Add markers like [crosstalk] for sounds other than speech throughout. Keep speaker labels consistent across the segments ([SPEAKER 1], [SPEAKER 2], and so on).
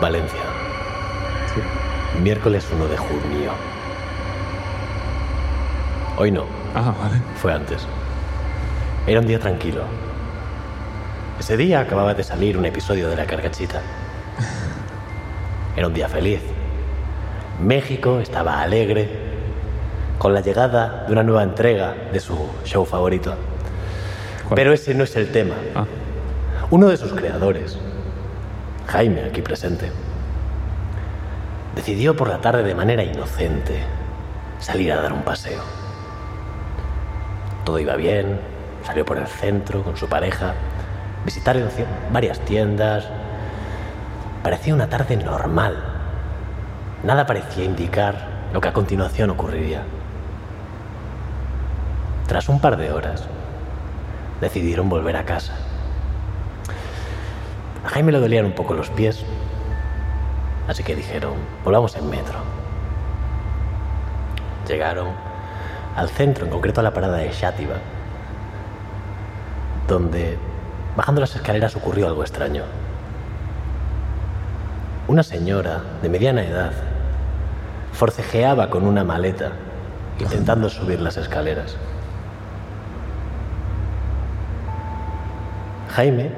[SPEAKER 1] Valencia. Miércoles 1 de junio. Hoy no,
[SPEAKER 2] Ah, vale.
[SPEAKER 1] fue antes. Era un día tranquilo. Ese día acababa de salir un episodio de la carcachita. Era un día feliz. México estaba alegre con la llegada de una nueva entrega de su show favorito.
[SPEAKER 2] ¿Cuál?
[SPEAKER 1] Pero ese no es el tema.
[SPEAKER 2] Ah.
[SPEAKER 1] Uno de sus creadores, Jaime, aquí presente, decidió por la tarde de manera inocente salir a dar un paseo. Todo iba bien, salió por el centro con su pareja, visitaron ci- varias tiendas. Parecía una tarde normal. Nada parecía indicar lo que a continuación ocurriría. Tras un par de horas, decidieron volver a casa. A Jaime le dolían un poco los pies, así que dijeron, volvamos en metro. Llegaron al centro, en concreto a la parada de Xátiva, donde, bajando las escaleras, ocurrió algo extraño. Una señora de mediana edad forcejeaba con una maleta, intentando subir las escaleras. Jaime,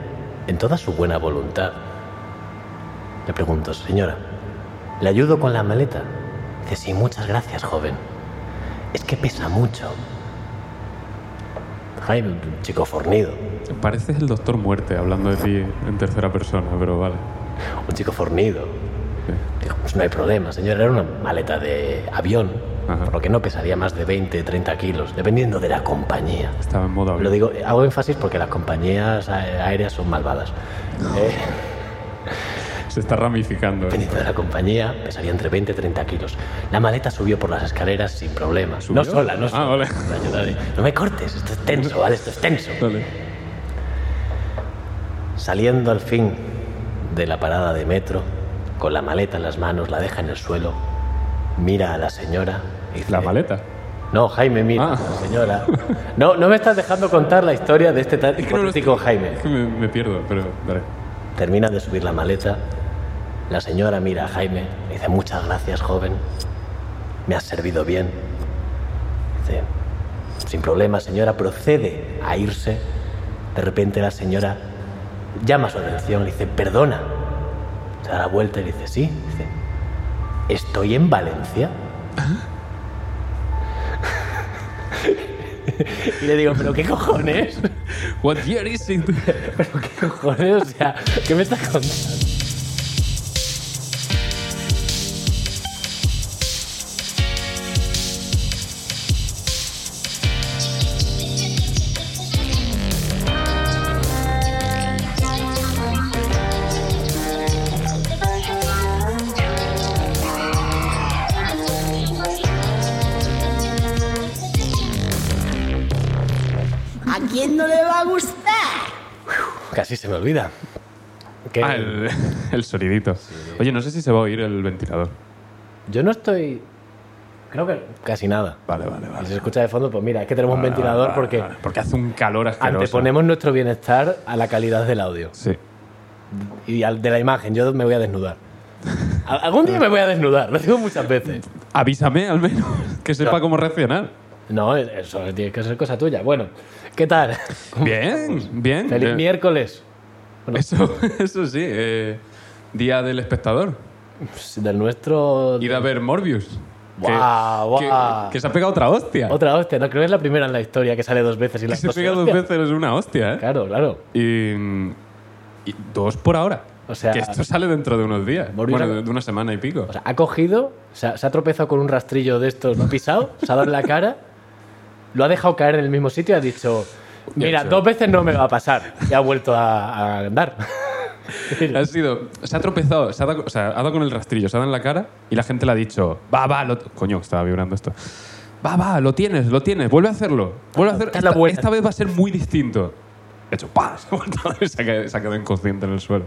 [SPEAKER 1] en toda su buena voluntad, le preguntó, señora, ¿le ayudo con la maleta? Dice, sí, muchas gracias, joven. Es que pesa mucho. Jaime, un chico fornido,
[SPEAKER 2] Pareces el Doctor Muerte hablando de ti en tercera persona, pero vale.
[SPEAKER 1] un chico fornido.
[SPEAKER 2] Sí.
[SPEAKER 1] Dijo, pues no hay problema, señora, era una maleta de avión,
[SPEAKER 2] Ajá.
[SPEAKER 1] por lo que no pesaría más de 20, 30 kilos, dependiendo de la compañía.
[SPEAKER 2] Estaba en modo avión.
[SPEAKER 1] Lo digo, hago énfasis porque las compañías a- aéreas son malvadas. Eh,
[SPEAKER 2] Se está ramificando. ¿eh?
[SPEAKER 1] Dependiendo de la compañía, pesaría entre 20 y 30 kilos. La maleta subió por las escaleras sin problemas.
[SPEAKER 2] ¿Subió?
[SPEAKER 1] No sola, no
[SPEAKER 2] Ah,
[SPEAKER 1] sola.
[SPEAKER 2] vale.
[SPEAKER 1] La ayuda de- No me cortes, esto es tenso, ¿vale? Esto es tenso.
[SPEAKER 2] Dale.
[SPEAKER 1] Saliendo al fin de la parada de metro, con la maleta en las manos, la deja en el suelo, mira a la señora y dice...
[SPEAKER 2] La maleta.
[SPEAKER 1] No, Jaime, mira,
[SPEAKER 2] Ah.
[SPEAKER 1] señora. No, no me estás dejando contar la historia de este tal
[SPEAKER 2] que no lo
[SPEAKER 1] hipotético Jaime.
[SPEAKER 2] Es que me, me pierdo, pero dale.
[SPEAKER 1] Termina de subir la maleta. La señora mira a Jaime. y Dice, muchas gracias, joven. Me has servido bien. Dice, sin problema, señora. Procede a irse. De repente la señora llama su atención. Le dice, perdona. Se da la vuelta y le dice, sí. Dice, estoy en Valencia. [laughs] y le digo, pero ¿qué cojones?
[SPEAKER 2] What year is
[SPEAKER 1] [laughs]
[SPEAKER 2] it?
[SPEAKER 1] ¿Pero qué cojones? O sea, ¿qué me estás contando?
[SPEAKER 3] ¿A quién no le va a gustar?
[SPEAKER 1] Casi se me olvida. Que
[SPEAKER 2] Ah, el, el sonidito. Oye, no sé si se va a oír el ventilador.
[SPEAKER 1] Yo no estoy. Creo que casi nada.
[SPEAKER 2] Vale, vale,
[SPEAKER 1] Y si se escucha de fondo, pues mira, es que tenemos un ventilador porque
[SPEAKER 2] Porque hace un calor asqueroso.
[SPEAKER 1] anteponemos nuestro bienestar a la calidad del audio
[SPEAKER 2] Sí.
[SPEAKER 1] y al de la imagen. Yo me voy a
[SPEAKER 2] [laughs]
[SPEAKER 1] desnudar. Al- Algún día me voy a desnudar, lo digo muchas veces.
[SPEAKER 2] Avísame al menos [laughs] que sepa cómo reaccionar.
[SPEAKER 1] No, eso tiene que ser cosa tuya. Bueno, ¿qué
[SPEAKER 2] [laughs]
[SPEAKER 1] tal?
[SPEAKER 2] Bien, bien.
[SPEAKER 1] Feliz
[SPEAKER 2] Eh,
[SPEAKER 1] miércoles
[SPEAKER 2] Eso, [laughs] eso sí. eh, día del espectador.
[SPEAKER 1] del nuestro.
[SPEAKER 2] Id a ver Morbius. que-
[SPEAKER 1] Guau,
[SPEAKER 2] que,
[SPEAKER 1] guau.
[SPEAKER 2] que se ha pegado otra hostia.
[SPEAKER 1] Otra hostia, no creo que es la primera en la historia que sale dos veces y
[SPEAKER 2] [laughs] que
[SPEAKER 1] las
[SPEAKER 2] se
[SPEAKER 1] dos
[SPEAKER 2] pega dos
[SPEAKER 1] hostias.
[SPEAKER 2] veces es una hostia, ¿eh?
[SPEAKER 1] Claro, claro.
[SPEAKER 2] Y, y dos por ahora.
[SPEAKER 1] O sea-
[SPEAKER 2] que esto sale dentro de unos días.
[SPEAKER 1] Morbius
[SPEAKER 2] bueno,
[SPEAKER 1] ha-
[SPEAKER 2] de- de una semana y pico.
[SPEAKER 1] O sea, ha cogido, se ha, se ha tropezado con un rastrillo de estos, lo ha pisado, se ha dado en la cara, lo ha dejado caer en el mismo sitio y ha dicho, mira,
[SPEAKER 2] hecho.
[SPEAKER 1] dos veces no me va a pasar. Y ha vuelto a, a andar.
[SPEAKER 2] [laughs] ha sido, se ha tropezado, se ha dado, o sea, ha dado con el rastrillo, se ha dado en la cara y la gente le ha dicho, va, va, lo t-". coño, estaba vibrando esto. Va, va, lo tienes, lo tienes, vuelve a hacerlo. Vuelve a hacer,
[SPEAKER 1] Esta es la
[SPEAKER 2] esta,
[SPEAKER 1] buena.
[SPEAKER 2] esta vez va a ser muy distinto. De hecho, ¡pam! [laughs] Se ha, vuelto y se ha quedado, se ha quedado inconsciente en el suelo.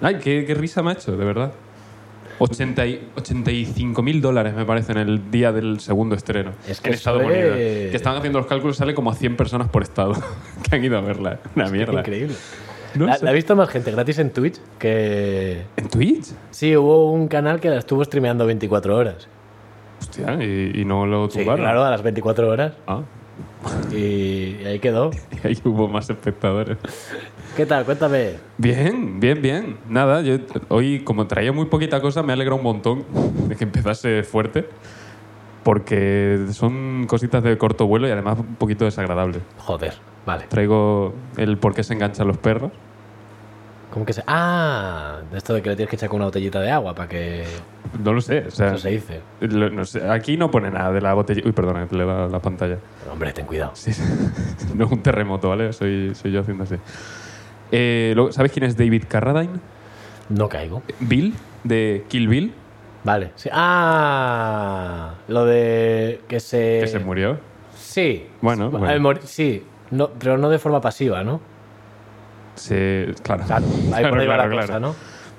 [SPEAKER 2] Ay, qué, qué risa me ha hecho, de verdad. 80 y- 85 mil dólares, me parece, en el día del segundo estreno.
[SPEAKER 1] Es que
[SPEAKER 2] en Estados
[SPEAKER 1] eso es-
[SPEAKER 2] Unidos. [laughs] Que estaban haciendo los cálculos, sale como a 100 personas por estado que han ido a verla. Una mierda.
[SPEAKER 1] Increíble.
[SPEAKER 2] No
[SPEAKER 1] la,
[SPEAKER 2] sé.
[SPEAKER 1] la ha visto más gente gratis en Twitch que...
[SPEAKER 2] ¿En Twitch?
[SPEAKER 1] Sí, hubo un canal que la estuvo streameando 24 horas.
[SPEAKER 2] Hostia, y, y no lo
[SPEAKER 1] Sí,
[SPEAKER 2] tumbaron.
[SPEAKER 1] claro, a las 24 horas.
[SPEAKER 2] Ah, [laughs]
[SPEAKER 1] Y, y ahí quedó.
[SPEAKER 2] y ahí hubo más espectadores.
[SPEAKER 1] ¿Qué tal? Cuéntame.
[SPEAKER 2] Bien, bien, bien. Nada, yo hoy como traía muy poquita cosa me alegra un montón [laughs] de que empezase fuerte. Porque son cositas de corto vuelo y además un poquito desagradables.
[SPEAKER 1] Joder, vale.
[SPEAKER 2] Traigo el por qué se enganchan los perros.
[SPEAKER 1] ¿Cómo que se...? Ah, de esto de que le tienes que echar con una botellita de agua para que...
[SPEAKER 2] No lo sé, o sea,
[SPEAKER 1] Eso se dice.
[SPEAKER 2] lo- no sé, Aquí no pone nada de la botella. Uy, perdona, le da la pantalla.
[SPEAKER 1] Pero, hombre, ten cuidado.
[SPEAKER 2] Sí, [laughs] sí. no es un terremoto, ¿vale? Soy, soy yo haciendo así. Eh, luego, ¿Sabes quién es David Carradine?
[SPEAKER 1] No caigo.
[SPEAKER 2] Bill, de Kill Bill,
[SPEAKER 1] Vale. sí. Ah, lo de que se...
[SPEAKER 2] que se murió.
[SPEAKER 1] Sí.
[SPEAKER 2] Bueno,
[SPEAKER 1] Sí,
[SPEAKER 2] bueno.
[SPEAKER 1] al morir- sí. No, pero no de forma pasiva, ¿no?
[SPEAKER 2] Se, claro.
[SPEAKER 1] Claro, ahí
[SPEAKER 2] [laughs] Claro,
[SPEAKER 1] por ahí va
[SPEAKER 2] claro,
[SPEAKER 1] la cosa,
[SPEAKER 2] claro.
[SPEAKER 1] ¿no?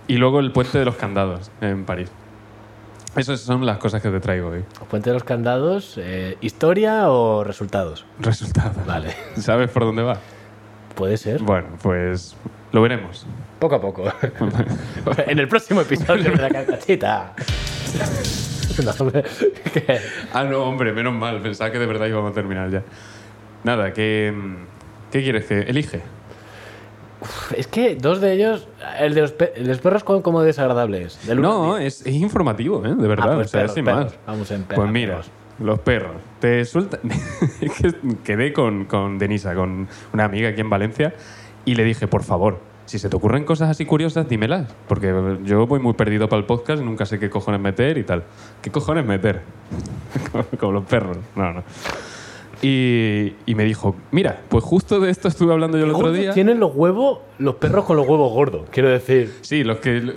[SPEAKER 2] Y luego el puente de los candados en París. Esas son las cosas que te traigo hoy.
[SPEAKER 1] Los puentes de los candados, eh, ¿historia o resultados?
[SPEAKER 2] Resultado.
[SPEAKER 1] Vale.
[SPEAKER 2] ¿Sabes por dónde va?
[SPEAKER 1] Puede ser.
[SPEAKER 2] Bueno, pues lo veremos.
[SPEAKER 1] Poco a
[SPEAKER 2] [laughs]
[SPEAKER 1] poco. en el próximo episodio de la carcachita. No, hombre, que-
[SPEAKER 2] Ah, no, hombre, menos mal. Pensaba que de verdad íbamos a terminar ya. Nada, que... mm, ¿Qué quieres que elige?
[SPEAKER 1] es que dos de ellos, el de los, pe- el de los perros, como, como desagradable es. Del uno
[SPEAKER 2] No,
[SPEAKER 1] al diez.
[SPEAKER 2] es, es informativo, ¿eh? De verdad.
[SPEAKER 1] Ah, pues
[SPEAKER 2] o sea,
[SPEAKER 1] perros,
[SPEAKER 2] sin
[SPEAKER 1] perros.
[SPEAKER 2] más.
[SPEAKER 1] Vamos en
[SPEAKER 2] Pues
[SPEAKER 1] perros.
[SPEAKER 2] mira, los perros. Te sueltan. [laughs] Es que Quedé con, con Denisa, con una amiga aquí en Valencia, y le dije, por favor, si se te ocurren cosas así curiosas, dímelas. Porque yo voy muy perdido para el podcast y nunca sé qué cojones meter y tal. ¿Qué cojones meter? [laughs] Como los perros. No, no. Y, y me dijo, mira, pues justo de esto estuve hablando yo el otro
[SPEAKER 1] Gordos
[SPEAKER 2] día.
[SPEAKER 1] Tienen los huevos, los perros con los huevos gordos, quiero decir.
[SPEAKER 2] Sí, los que.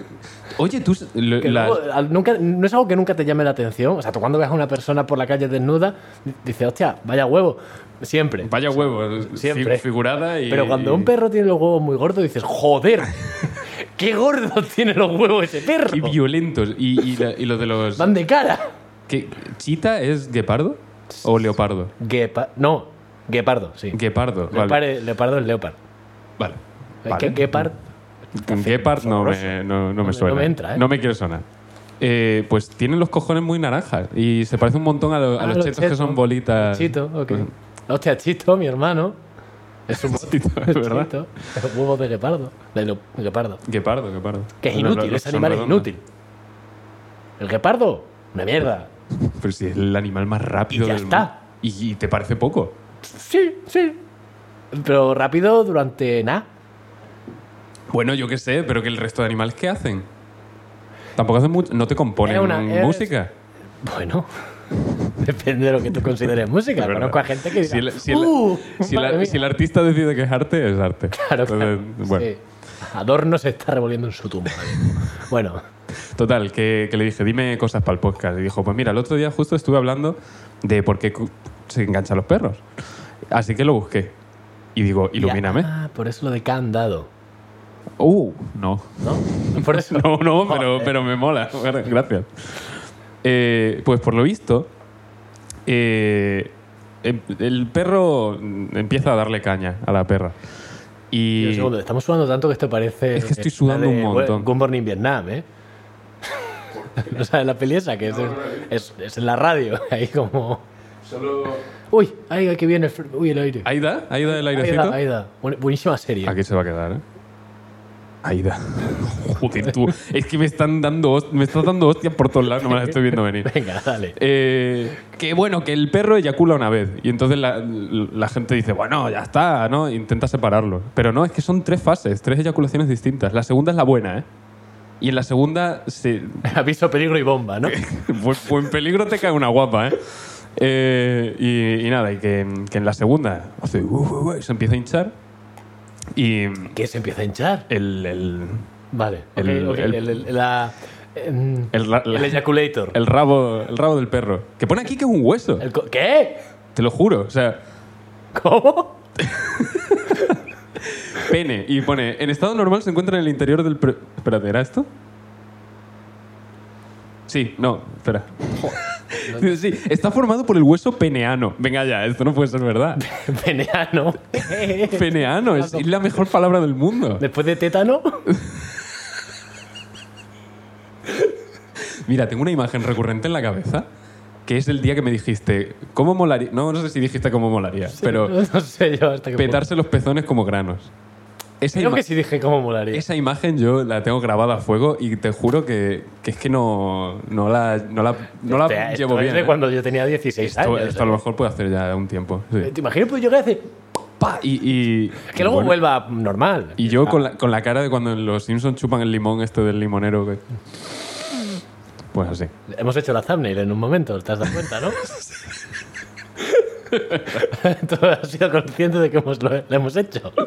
[SPEAKER 2] Oye, tú. lo-
[SPEAKER 1] Que
[SPEAKER 2] las-
[SPEAKER 1] luego, al- nunca, no es algo que nunca te llame la atención. O sea, tú cuando ves a una persona por la calle desnuda, di- dices, hostia, vaya huevo. Siempre.
[SPEAKER 2] Vaya huevo, fi-
[SPEAKER 1] Siempre.
[SPEAKER 2] figurada y.
[SPEAKER 1] Pero cuando un perro tiene los huevos muy gordos, dices, joder,
[SPEAKER 2] [laughs]
[SPEAKER 1] qué gordo tiene los huevos ese perro. [laughs]
[SPEAKER 2] Y violentos. Y, y, la- y lo de los.
[SPEAKER 1] Van de cara.
[SPEAKER 2] ¿Qué- ¿Chita es guepardo? ¿O leopardo?
[SPEAKER 1] Guepa no, guepardo, sí.
[SPEAKER 2] Guepardo, vale.
[SPEAKER 1] Leopare- Leopardo es leopard.
[SPEAKER 2] Vale.
[SPEAKER 1] Es
[SPEAKER 2] vale.
[SPEAKER 1] que guepard-
[SPEAKER 2] Un guepard no me, no- no me
[SPEAKER 1] me-
[SPEAKER 2] suena.
[SPEAKER 1] no me entra, ¿eh?
[SPEAKER 2] No me quiere sonar. Eh, pues tienen los cojones muy naranjas y se parece un montón a, lo- a
[SPEAKER 1] Ah,
[SPEAKER 2] los
[SPEAKER 1] los
[SPEAKER 2] chetos que
[SPEAKER 1] chetos.
[SPEAKER 2] son bolitas.
[SPEAKER 1] Chito, ok.
[SPEAKER 2] Pues
[SPEAKER 1] Hostia, Chito, mi hermano. Es un
[SPEAKER 2] Chito, es [laughs] verdad.
[SPEAKER 1] Chito. Huevos de guepardo. De lo- guepardo.
[SPEAKER 2] Guepardo, guepardo.
[SPEAKER 1] Que es
[SPEAKER 2] Los- los-
[SPEAKER 1] inútil,
[SPEAKER 2] los
[SPEAKER 1] ese
[SPEAKER 2] son
[SPEAKER 1] animal es
[SPEAKER 2] redondos.
[SPEAKER 1] inútil. El guepardo, una mierda.
[SPEAKER 2] Pero si es el animal más rápido
[SPEAKER 1] Y ya
[SPEAKER 2] del
[SPEAKER 1] está.
[SPEAKER 2] mundo. Y, y te parece poco.
[SPEAKER 1] Sí, sí. Pero rápido durante nada.
[SPEAKER 2] Bueno, yo qué sé, pero que el resto de animales, ¿qué hacen? Tampoco hacen mucho. No te componen
[SPEAKER 1] Era una- era-
[SPEAKER 2] música.
[SPEAKER 1] Bueno, [laughs] depende de lo que tú consideres música.
[SPEAKER 2] Es verdad.
[SPEAKER 1] Conozco a gente que "Uh, dice.
[SPEAKER 2] Si el, si el- si el- si el artista decide que es arte, es arte. Entonces, bueno.
[SPEAKER 1] Adorno se está revolviendo en su tumba.
[SPEAKER 2] [laughs]
[SPEAKER 1] bueno,
[SPEAKER 2] Total, que, que le dije, dime cosas para el podcast. Y dijo, pues mira, el otro día justo estuve hablando de por qué cu- se enganchan los perros. Así que lo busqué. Y digo, ilumíname.
[SPEAKER 1] Ah, por eso lo de candado,
[SPEAKER 2] ¡Uh! No. [laughs]
[SPEAKER 1] ¿no? Por eso.
[SPEAKER 2] No, no, pero, pero me mola. Gracias. Eh, pues por lo visto, eh, em- el perro empieza a darle caña a la perra. Y...
[SPEAKER 1] Y un segundo, estamos sudando tanto que esto parece.
[SPEAKER 2] Es que estoy sudando
[SPEAKER 1] la de
[SPEAKER 2] un montón.
[SPEAKER 1] Good Morning Vietnam, ¿eh? [laughs] no sabes la peli esa, que es, es, es en la radio. [laughs] Ahí como. Uy, ahí aquí viene el, fr- uy, el aire.
[SPEAKER 2] Aida, Aida del
[SPEAKER 1] Ahí
[SPEAKER 2] airecito.
[SPEAKER 1] da, ahí da. Bu- Buenísima serie.
[SPEAKER 2] Aquí se va a quedar, ¿eh? Aida. Joder, tú. Es que me están dando, host- me estás dando hostias por todos lados, no me las estoy viendo venir.
[SPEAKER 1] Venga, dale. [laughs]
[SPEAKER 2] Eh, que bueno, que el perro eyacula una vez. Y entonces la, la gente dice, bueno, ya está, ¿no? Intenta separarlo. Pero no, es que son tres fases, tres eyaculaciones distintas. La segunda es la buena, ¿eh? Y en la segunda [laughs] se,
[SPEAKER 1] Aviso, peligro y bomba,
[SPEAKER 2] [laughs]
[SPEAKER 1] ¿no?
[SPEAKER 2] pues, pues en peligro te cae una guapa, ¿eh? Eh, y, y nada, y que, que en la segunda hace, uh, uh, uh, y se empieza a hinchar y el,
[SPEAKER 1] que se empieza a hinchar.
[SPEAKER 2] el,
[SPEAKER 1] Vale. ok, ok,
[SPEAKER 2] El-
[SPEAKER 1] El,
[SPEAKER 2] el-
[SPEAKER 1] el- la- em,
[SPEAKER 2] el ra-
[SPEAKER 1] el ejaculator.
[SPEAKER 2] el rabo, el rabo del perro, que pone aquí que es un hueso,
[SPEAKER 1] El co- ¿Qué?
[SPEAKER 2] te lo juro, o sea,
[SPEAKER 1] ¿Cómo? [laughs]
[SPEAKER 2] pene, y pone, en estado normal se encuentra en el interior del... per-". Espérate, ¿era esto? Sí, no, espera. Dice, [laughs] Sí, está formado por el hueso peneano. Venga ya, esto no puede
[SPEAKER 1] [laughs]
[SPEAKER 2] ser verdad. [laughs]
[SPEAKER 1] Peneano.
[SPEAKER 2] Peneano, es, es la mejor palabra del mundo.
[SPEAKER 1] Después de tétano.
[SPEAKER 2] Mira, tengo una imagen recurrente en la cabeza que es el día que me dijiste, ¿cómo molaría? No, no sé si dijiste cómo molaría, pero
[SPEAKER 1] [laughs] No sé yo hasta qué punto.
[SPEAKER 2] petarse los pezones como granos. Esa,
[SPEAKER 1] Creo
[SPEAKER 2] ima-
[SPEAKER 1] que sí dije cómo molaría.
[SPEAKER 2] esa imagen yo la tengo grabada a fuego y te juro que, que es que no, no la, no la, no la
[SPEAKER 1] O sea, esto
[SPEAKER 2] llevo
[SPEAKER 1] es
[SPEAKER 2] bien.
[SPEAKER 1] de
[SPEAKER 2] ¿eh?
[SPEAKER 1] cuando yo tenía 16
[SPEAKER 2] Esto,
[SPEAKER 1] años.
[SPEAKER 2] esto a lo mejor puede hacer ya un tiempo. sí.
[SPEAKER 1] Eh, ¿Te imaginas? Pues yo qué hace.
[SPEAKER 2] Pa, y, y-
[SPEAKER 1] Que luego
[SPEAKER 2] bueno,
[SPEAKER 1] vuelva normal.
[SPEAKER 2] Y yo con la, con la cara de cuando en los Simpsons chupan el limón este del limonero. que- Pues así.
[SPEAKER 1] Hemos hecho la thumbnail en un momento, te has dado cuenta,
[SPEAKER 2] [laughs]
[SPEAKER 1] ¿no? Tú has sido consciente de que hemos, lo, lo hemos hecho.
[SPEAKER 2] [laughs]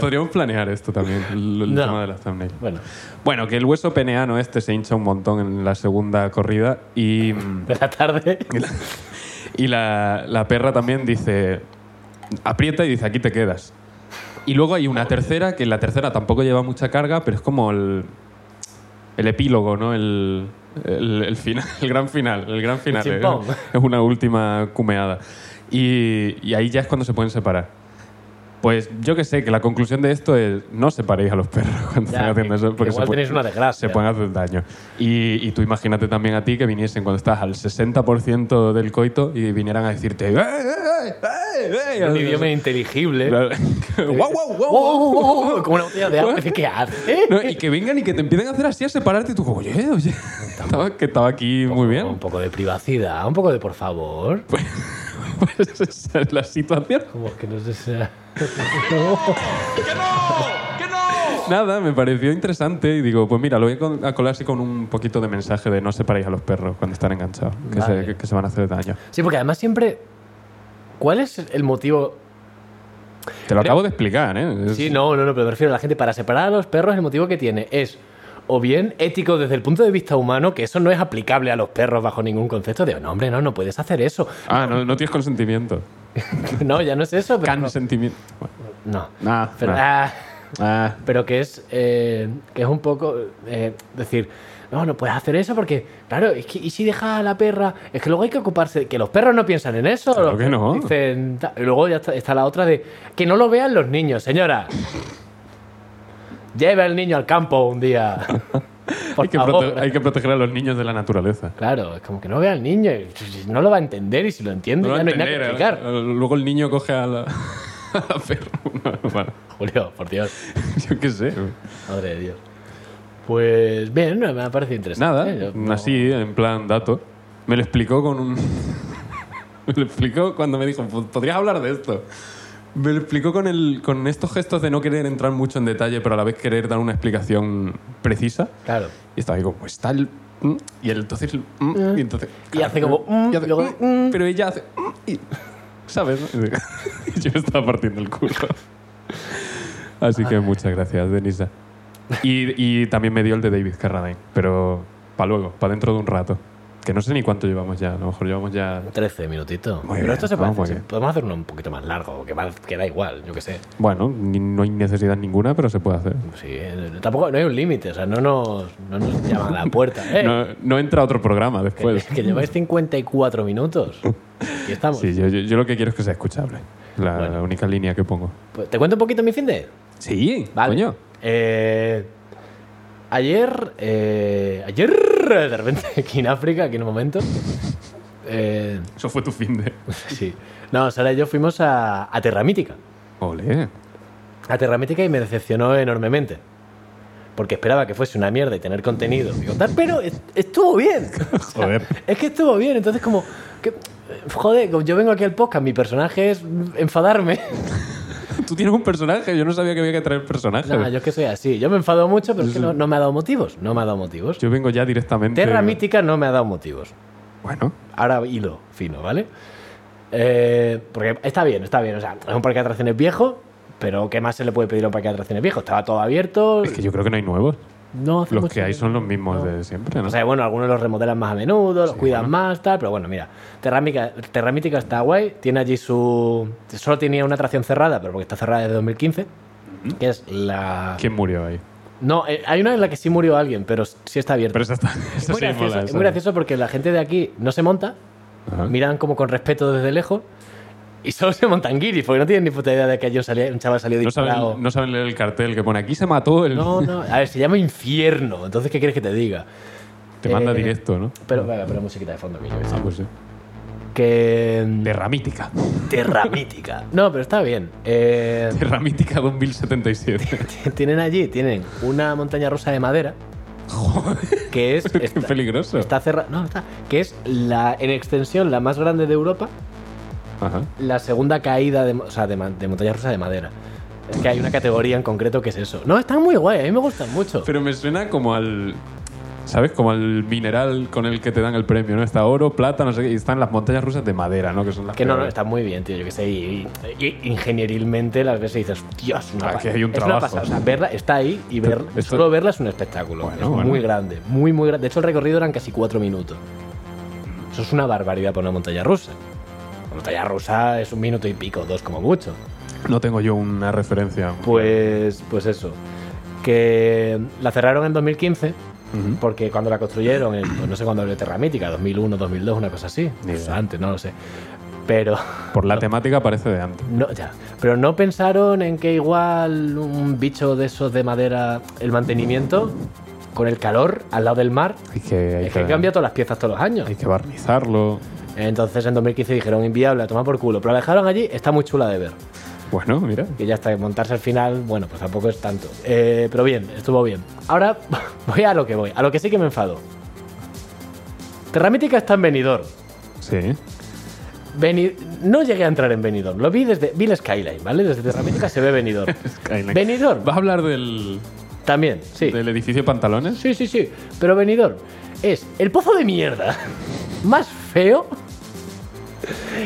[SPEAKER 2] Podríamos planear esto también, el, el
[SPEAKER 1] No.
[SPEAKER 2] tema de las thumbnails.
[SPEAKER 1] Bueno,
[SPEAKER 2] Bueno, que el hueso peneano este se hincha un montón en la segunda corrida y, mm,
[SPEAKER 1] de la tarde.
[SPEAKER 2] y la, la perra también dice, aprieta y dice, aquí te quedas. Y luego hay una tercera, que la tercera tampoco lleva mucha carga, pero es como el, el epílogo, ¿no? El, el- el final, [laughs] el gran final, el gran final. ¿eh?
[SPEAKER 1] El chimpón.
[SPEAKER 2] [laughs] Es una última cumeada. Y, y ahí ya es cuando se pueden separar. Pues yo que sé, que la conclusión de esto es no separéis a los perros [laughs] cuando
[SPEAKER 1] Ya,
[SPEAKER 2] estén haciendo
[SPEAKER 1] que-
[SPEAKER 2] eso.
[SPEAKER 1] que
[SPEAKER 2] Porque
[SPEAKER 1] igual
[SPEAKER 2] se puede-
[SPEAKER 1] tenéis una desgracia.
[SPEAKER 2] Se pueden hacer daño. Y, y tú imagínate también a ti que viniesen cuando estás al 60% del coito y vinieran a decirte... "Eh, eh, eh, eh, eh",
[SPEAKER 1] un
[SPEAKER 2] o
[SPEAKER 1] idioma
[SPEAKER 2] sea,
[SPEAKER 1] inteligible.
[SPEAKER 2] claro. [laughs] Guau, guau, guau,
[SPEAKER 1] ¡Oh,
[SPEAKER 2] guau.
[SPEAKER 1] oh, oh, oh! Como una botella de agua. Dice, ¿Qué hace?
[SPEAKER 2] No, y que vengan y que te empiecen a hacer así, a separarte. Y tú, oye, oye, estaba, que estaba aquí muy
[SPEAKER 1] Un
[SPEAKER 2] bien. [laughs]
[SPEAKER 1] poco de privacidad, un poco de por favor.
[SPEAKER 2] Pues esa es la situación.
[SPEAKER 1] Como que no sé si sea-
[SPEAKER 2] Nada, me pareció interesante y digo, pues mira, lo voy a col- a colar así con un poquito de mensaje de no separéis a los perros cuando están enganchados, que,
[SPEAKER 1] Vale.
[SPEAKER 2] se, que- que se van a hacer daño.
[SPEAKER 1] Sí, porque además siempre. ¿Cuál es el motivo?
[SPEAKER 2] Te lo acabo de explicar, ¿eh? Es-
[SPEAKER 1] Sí, no, no, no, pero me refiero a la gente. Para separar a los perros, el motivo que tiene es. O bien ético desde el punto de vista humano, que eso no es aplicable a los perros bajo ningún concepto de, no, hombre, no, no puedes hacer eso. [laughs]
[SPEAKER 2] Ah, no, no tienes consentimiento.
[SPEAKER 1] No, ya no es eso, pero.
[SPEAKER 2] Consentimiento. Bueno,
[SPEAKER 1] No.
[SPEAKER 2] nah,
[SPEAKER 1] Pero,
[SPEAKER 2] nah.
[SPEAKER 1] ah,
[SPEAKER 2] Ah,
[SPEAKER 1] pero que es eh, que es un poco eh, decir no no puedes hacer eso porque claro es que y si dejas a la perra es que luego hay que ocuparse que los perros no piensan en eso
[SPEAKER 2] Claro
[SPEAKER 1] los
[SPEAKER 2] que no.
[SPEAKER 1] dicen ta- y luego ya está, está la otra de que no lo vean los niños señora lleve al niño al campo un día por
[SPEAKER 2] [laughs] hay, que
[SPEAKER 1] favor.
[SPEAKER 2] prote- hay que proteger a los niños de la naturaleza.
[SPEAKER 1] claro es como que no vea al niño y no lo va a entender y si lo entiende
[SPEAKER 2] No lo
[SPEAKER 1] ya no hay nada que
[SPEAKER 2] entender,
[SPEAKER 1] explicar
[SPEAKER 2] ¿eh? Luego el niño coge a la, [laughs] a la perra. Bueno, [laughs]
[SPEAKER 1] Julio por Dios
[SPEAKER 2] yo qué sé.
[SPEAKER 1] madre de Dios pues bien me ha parecido interesante
[SPEAKER 2] Nada,
[SPEAKER 1] ¿eh? Yo no-
[SPEAKER 2] así, en plan dato. Me lo explicó con un... [laughs] me lo explicó cuando me dijo, "Pod- podrías hablar de esto. Me lo explicó con, el, con estos gestos de no querer entrar mucho en detalle, pero a la vez querer dar una explicación precisa.
[SPEAKER 1] claro
[SPEAKER 2] Y estaba ahí como, pues está el... mm", Y él entonces... el mm", Y entonces...
[SPEAKER 1] Ah. Y hace como, mm,
[SPEAKER 2] y hace,
[SPEAKER 1] y luego,
[SPEAKER 2] "Mm", Pero ella hace... "Mm", y- ¿Sabes? [laughs] no? Y yo me estaba partiendo el culo. Así que muchas gracias, Denisa. Y, y también me dio el de David Carradine. Pero para luego, para dentro de un rato. Que no sé ni cuánto llevamos ya. A lo mejor llevamos ya...
[SPEAKER 1] 13 minutitos.
[SPEAKER 2] Muy
[SPEAKER 1] Pero
[SPEAKER 2] bien,
[SPEAKER 1] esto se puede
[SPEAKER 2] vamos muy
[SPEAKER 1] hacer.
[SPEAKER 2] bien.
[SPEAKER 1] Podemos hacer uno un poquito más largo, que, va- que da igual, yo qué sé.
[SPEAKER 2] Bueno, ni- no hay necesidad ninguna, pero se puede hacer.
[SPEAKER 1] Sí, eh, tampoco no hay un límite, o sea, no nos, no nos llaman a la puerta.
[SPEAKER 2] [laughs]
[SPEAKER 1] ¡Eh!
[SPEAKER 2] No, no entra otro programa después.
[SPEAKER 1] que, que lleváis 54 minutos. Aquí estamos.
[SPEAKER 2] Sí, yo, yo- yo lo que quiero es que sea escuchable. La
[SPEAKER 1] Bueno.
[SPEAKER 2] única línea que pongo.
[SPEAKER 1] Pues, ¿Te cuento un poquito mi fin de?
[SPEAKER 2] Sí,
[SPEAKER 1] Vale.
[SPEAKER 2] coño.
[SPEAKER 1] Eh, ayer, eh, ayer, de repente, [laughs] aquí en África, aquí en un momento. eh,
[SPEAKER 2] Eso fue tu fin de.
[SPEAKER 1] sí. No, Sara y yo fuimos a, a Terra Mítica.
[SPEAKER 2] Ole.
[SPEAKER 1] a Terra Mítica y me decepcionó enormemente. Porque esperaba que fuese una mierda y tener contenido y contar, pero est- estuvo bien. [laughs] O sea,
[SPEAKER 2] Joder.
[SPEAKER 1] Es que estuvo bien, entonces como... que- joder, como yo vengo aquí al podcast, mi personaje es enfadarme.
[SPEAKER 2] [laughs]
[SPEAKER 1] [laughs]
[SPEAKER 2] Tú tienes un personaje, yo no sabía que había que traer personajes.
[SPEAKER 1] No, yo es que soy así. Yo me enfado mucho, pero es que no, no me ha dado motivos. No me ha dado motivos.
[SPEAKER 2] Yo vengo ya directamente.
[SPEAKER 1] Terra Mítica no me ha dado motivos.
[SPEAKER 2] Bueno,
[SPEAKER 1] Ahora hilo fino, ¿vale? Eh, porque está bien, está bien. O sea, es un parque de atracciones viejo, pero ¿qué más se le puede pedir a un parque de atracciones viejo? Estaba todo abierto.
[SPEAKER 2] es que yo creo que no hay nuevos.
[SPEAKER 1] no hace
[SPEAKER 2] Los
[SPEAKER 1] mucho
[SPEAKER 2] que hay
[SPEAKER 1] tiempo.
[SPEAKER 2] son los mismos
[SPEAKER 1] No.
[SPEAKER 2] de siempre, ¿no?
[SPEAKER 1] O sea, bueno, algunos los remodelan más a menudo, los cuidan más, tal, pero bueno, mira, Terramítica, Terramítica está guay, tiene allí su... Solo tenía una atracción cerrada, pero porque está cerrada desde 2015, que es la...
[SPEAKER 2] ¿Quién murió ahí?
[SPEAKER 1] No, eh, hay una en la que sí murió alguien, pero sí está abierta.
[SPEAKER 2] Pero esa está. Esa
[SPEAKER 1] muy
[SPEAKER 2] sí
[SPEAKER 1] gracioso,
[SPEAKER 2] mola,
[SPEAKER 1] es
[SPEAKER 2] esa.
[SPEAKER 1] muy gracioso porque la gente de aquí no se monta,
[SPEAKER 2] Ajá.
[SPEAKER 1] miran como con respeto desde lejos y solo se montan guiris porque no tienen ni puta idea de que ayer salía, un chaval salió
[SPEAKER 2] No
[SPEAKER 1] disparado.
[SPEAKER 2] saben, no saben leer el cartel que pone aquí se mató el.
[SPEAKER 1] no, no, a ver, se llama infierno, entonces ¿qué quieres que te diga?
[SPEAKER 2] Te manda
[SPEAKER 1] Eh,
[SPEAKER 2] directo, ¿no?
[SPEAKER 1] Pero, venga, pero musiquita de fondo, que yo qué sé.
[SPEAKER 2] Ah, pues sí.
[SPEAKER 1] Que.
[SPEAKER 2] Terra mítica.
[SPEAKER 1] Terra mítica. No, pero está bien. Eh,
[SPEAKER 2] Terra mítica 2077.
[SPEAKER 1] tienen allí, tienen una montaña rusa de madera. Que es.
[SPEAKER 2] [laughs] Qué
[SPEAKER 1] está-
[SPEAKER 2] peligroso.
[SPEAKER 1] Está cerrada. No, está. Que es la, en extensión la más grande de Europa.
[SPEAKER 2] Ajá.
[SPEAKER 1] La segunda caída de, mo- o sea, de, ma- de montaña rusa de madera. Es que hay una categoría en concreto que es eso. No, están muy guay, a mí me gustan mucho.
[SPEAKER 2] Pero me suena como al. ¿Sabes? Como al mineral con el que te dan el premio, ¿no? Está oro, plata, no sé qué. Y están las montañas rusas de madera, ¿no? Que son las
[SPEAKER 1] que no, no,
[SPEAKER 2] peores.
[SPEAKER 1] está muy bien, tío. Yo que sé, y, y- y ingenierilmente las veces dices, Dios, una
[SPEAKER 2] Aquí
[SPEAKER 1] pasada".
[SPEAKER 2] hay un
[SPEAKER 1] es una
[SPEAKER 2] trabajo.
[SPEAKER 1] pasada. O sea, verla está ahí y verla,
[SPEAKER 2] Esto-
[SPEAKER 1] solo verla es un espectáculo.
[SPEAKER 2] Bueno,
[SPEAKER 1] es
[SPEAKER 2] bueno.
[SPEAKER 1] muy grande, muy, muy grande. De hecho, el recorrido eran casi cuatro minutos. Eso es una barbaridad para una montaña rusa. La montaña rusa es un minuto y pico, dos como mucho.
[SPEAKER 2] No tengo yo una referencia.
[SPEAKER 1] Pues, pues eso. Que la cerraron en 2015
[SPEAKER 2] Ujú.
[SPEAKER 1] porque cuando la construyeron, en, pues no sé cuándo hablé de Terra Mítica, 2001, 2002, una cosa así.
[SPEAKER 2] Ni
[SPEAKER 1] Pues
[SPEAKER 2] idea.
[SPEAKER 1] antes, no lo sé. Pero
[SPEAKER 2] Por la temática parece de antes.
[SPEAKER 1] no, ya. Pero no pensaron en que igual un bicho de esos de madera, el mantenimiento, con el calor al lado del mar,
[SPEAKER 2] Hay que, hay
[SPEAKER 1] es que cambia todas las piezas todos los años.
[SPEAKER 2] hay que barnizarlo.
[SPEAKER 1] Entonces en 2015 dijeron inviable, a tomar por culo. Pero la dejaron allí, está muy chula de ver.
[SPEAKER 2] Bueno, mira.
[SPEAKER 1] que ya hasta montarse al final, bueno, pues tampoco es tanto. Eh, pero bien, estuvo bien. Ahora [laughs] voy a lo que voy, a lo que sí que me enfado. Terramítica está en Benidorm.
[SPEAKER 2] Sí.
[SPEAKER 1] Beni- no llegué a entrar en Benidorm, lo vi desde... Vi el skyline, ¿vale? Desde Terramítica se ve Benidorm.
[SPEAKER 2] Skyline.
[SPEAKER 1] Benidorm,
[SPEAKER 2] ¿Vas a hablar del,
[SPEAKER 1] también, sí.
[SPEAKER 2] del edificio Pantalones?
[SPEAKER 1] Sí, sí, sí. Pero Benidorm es el pozo de mierda [laughs] más feo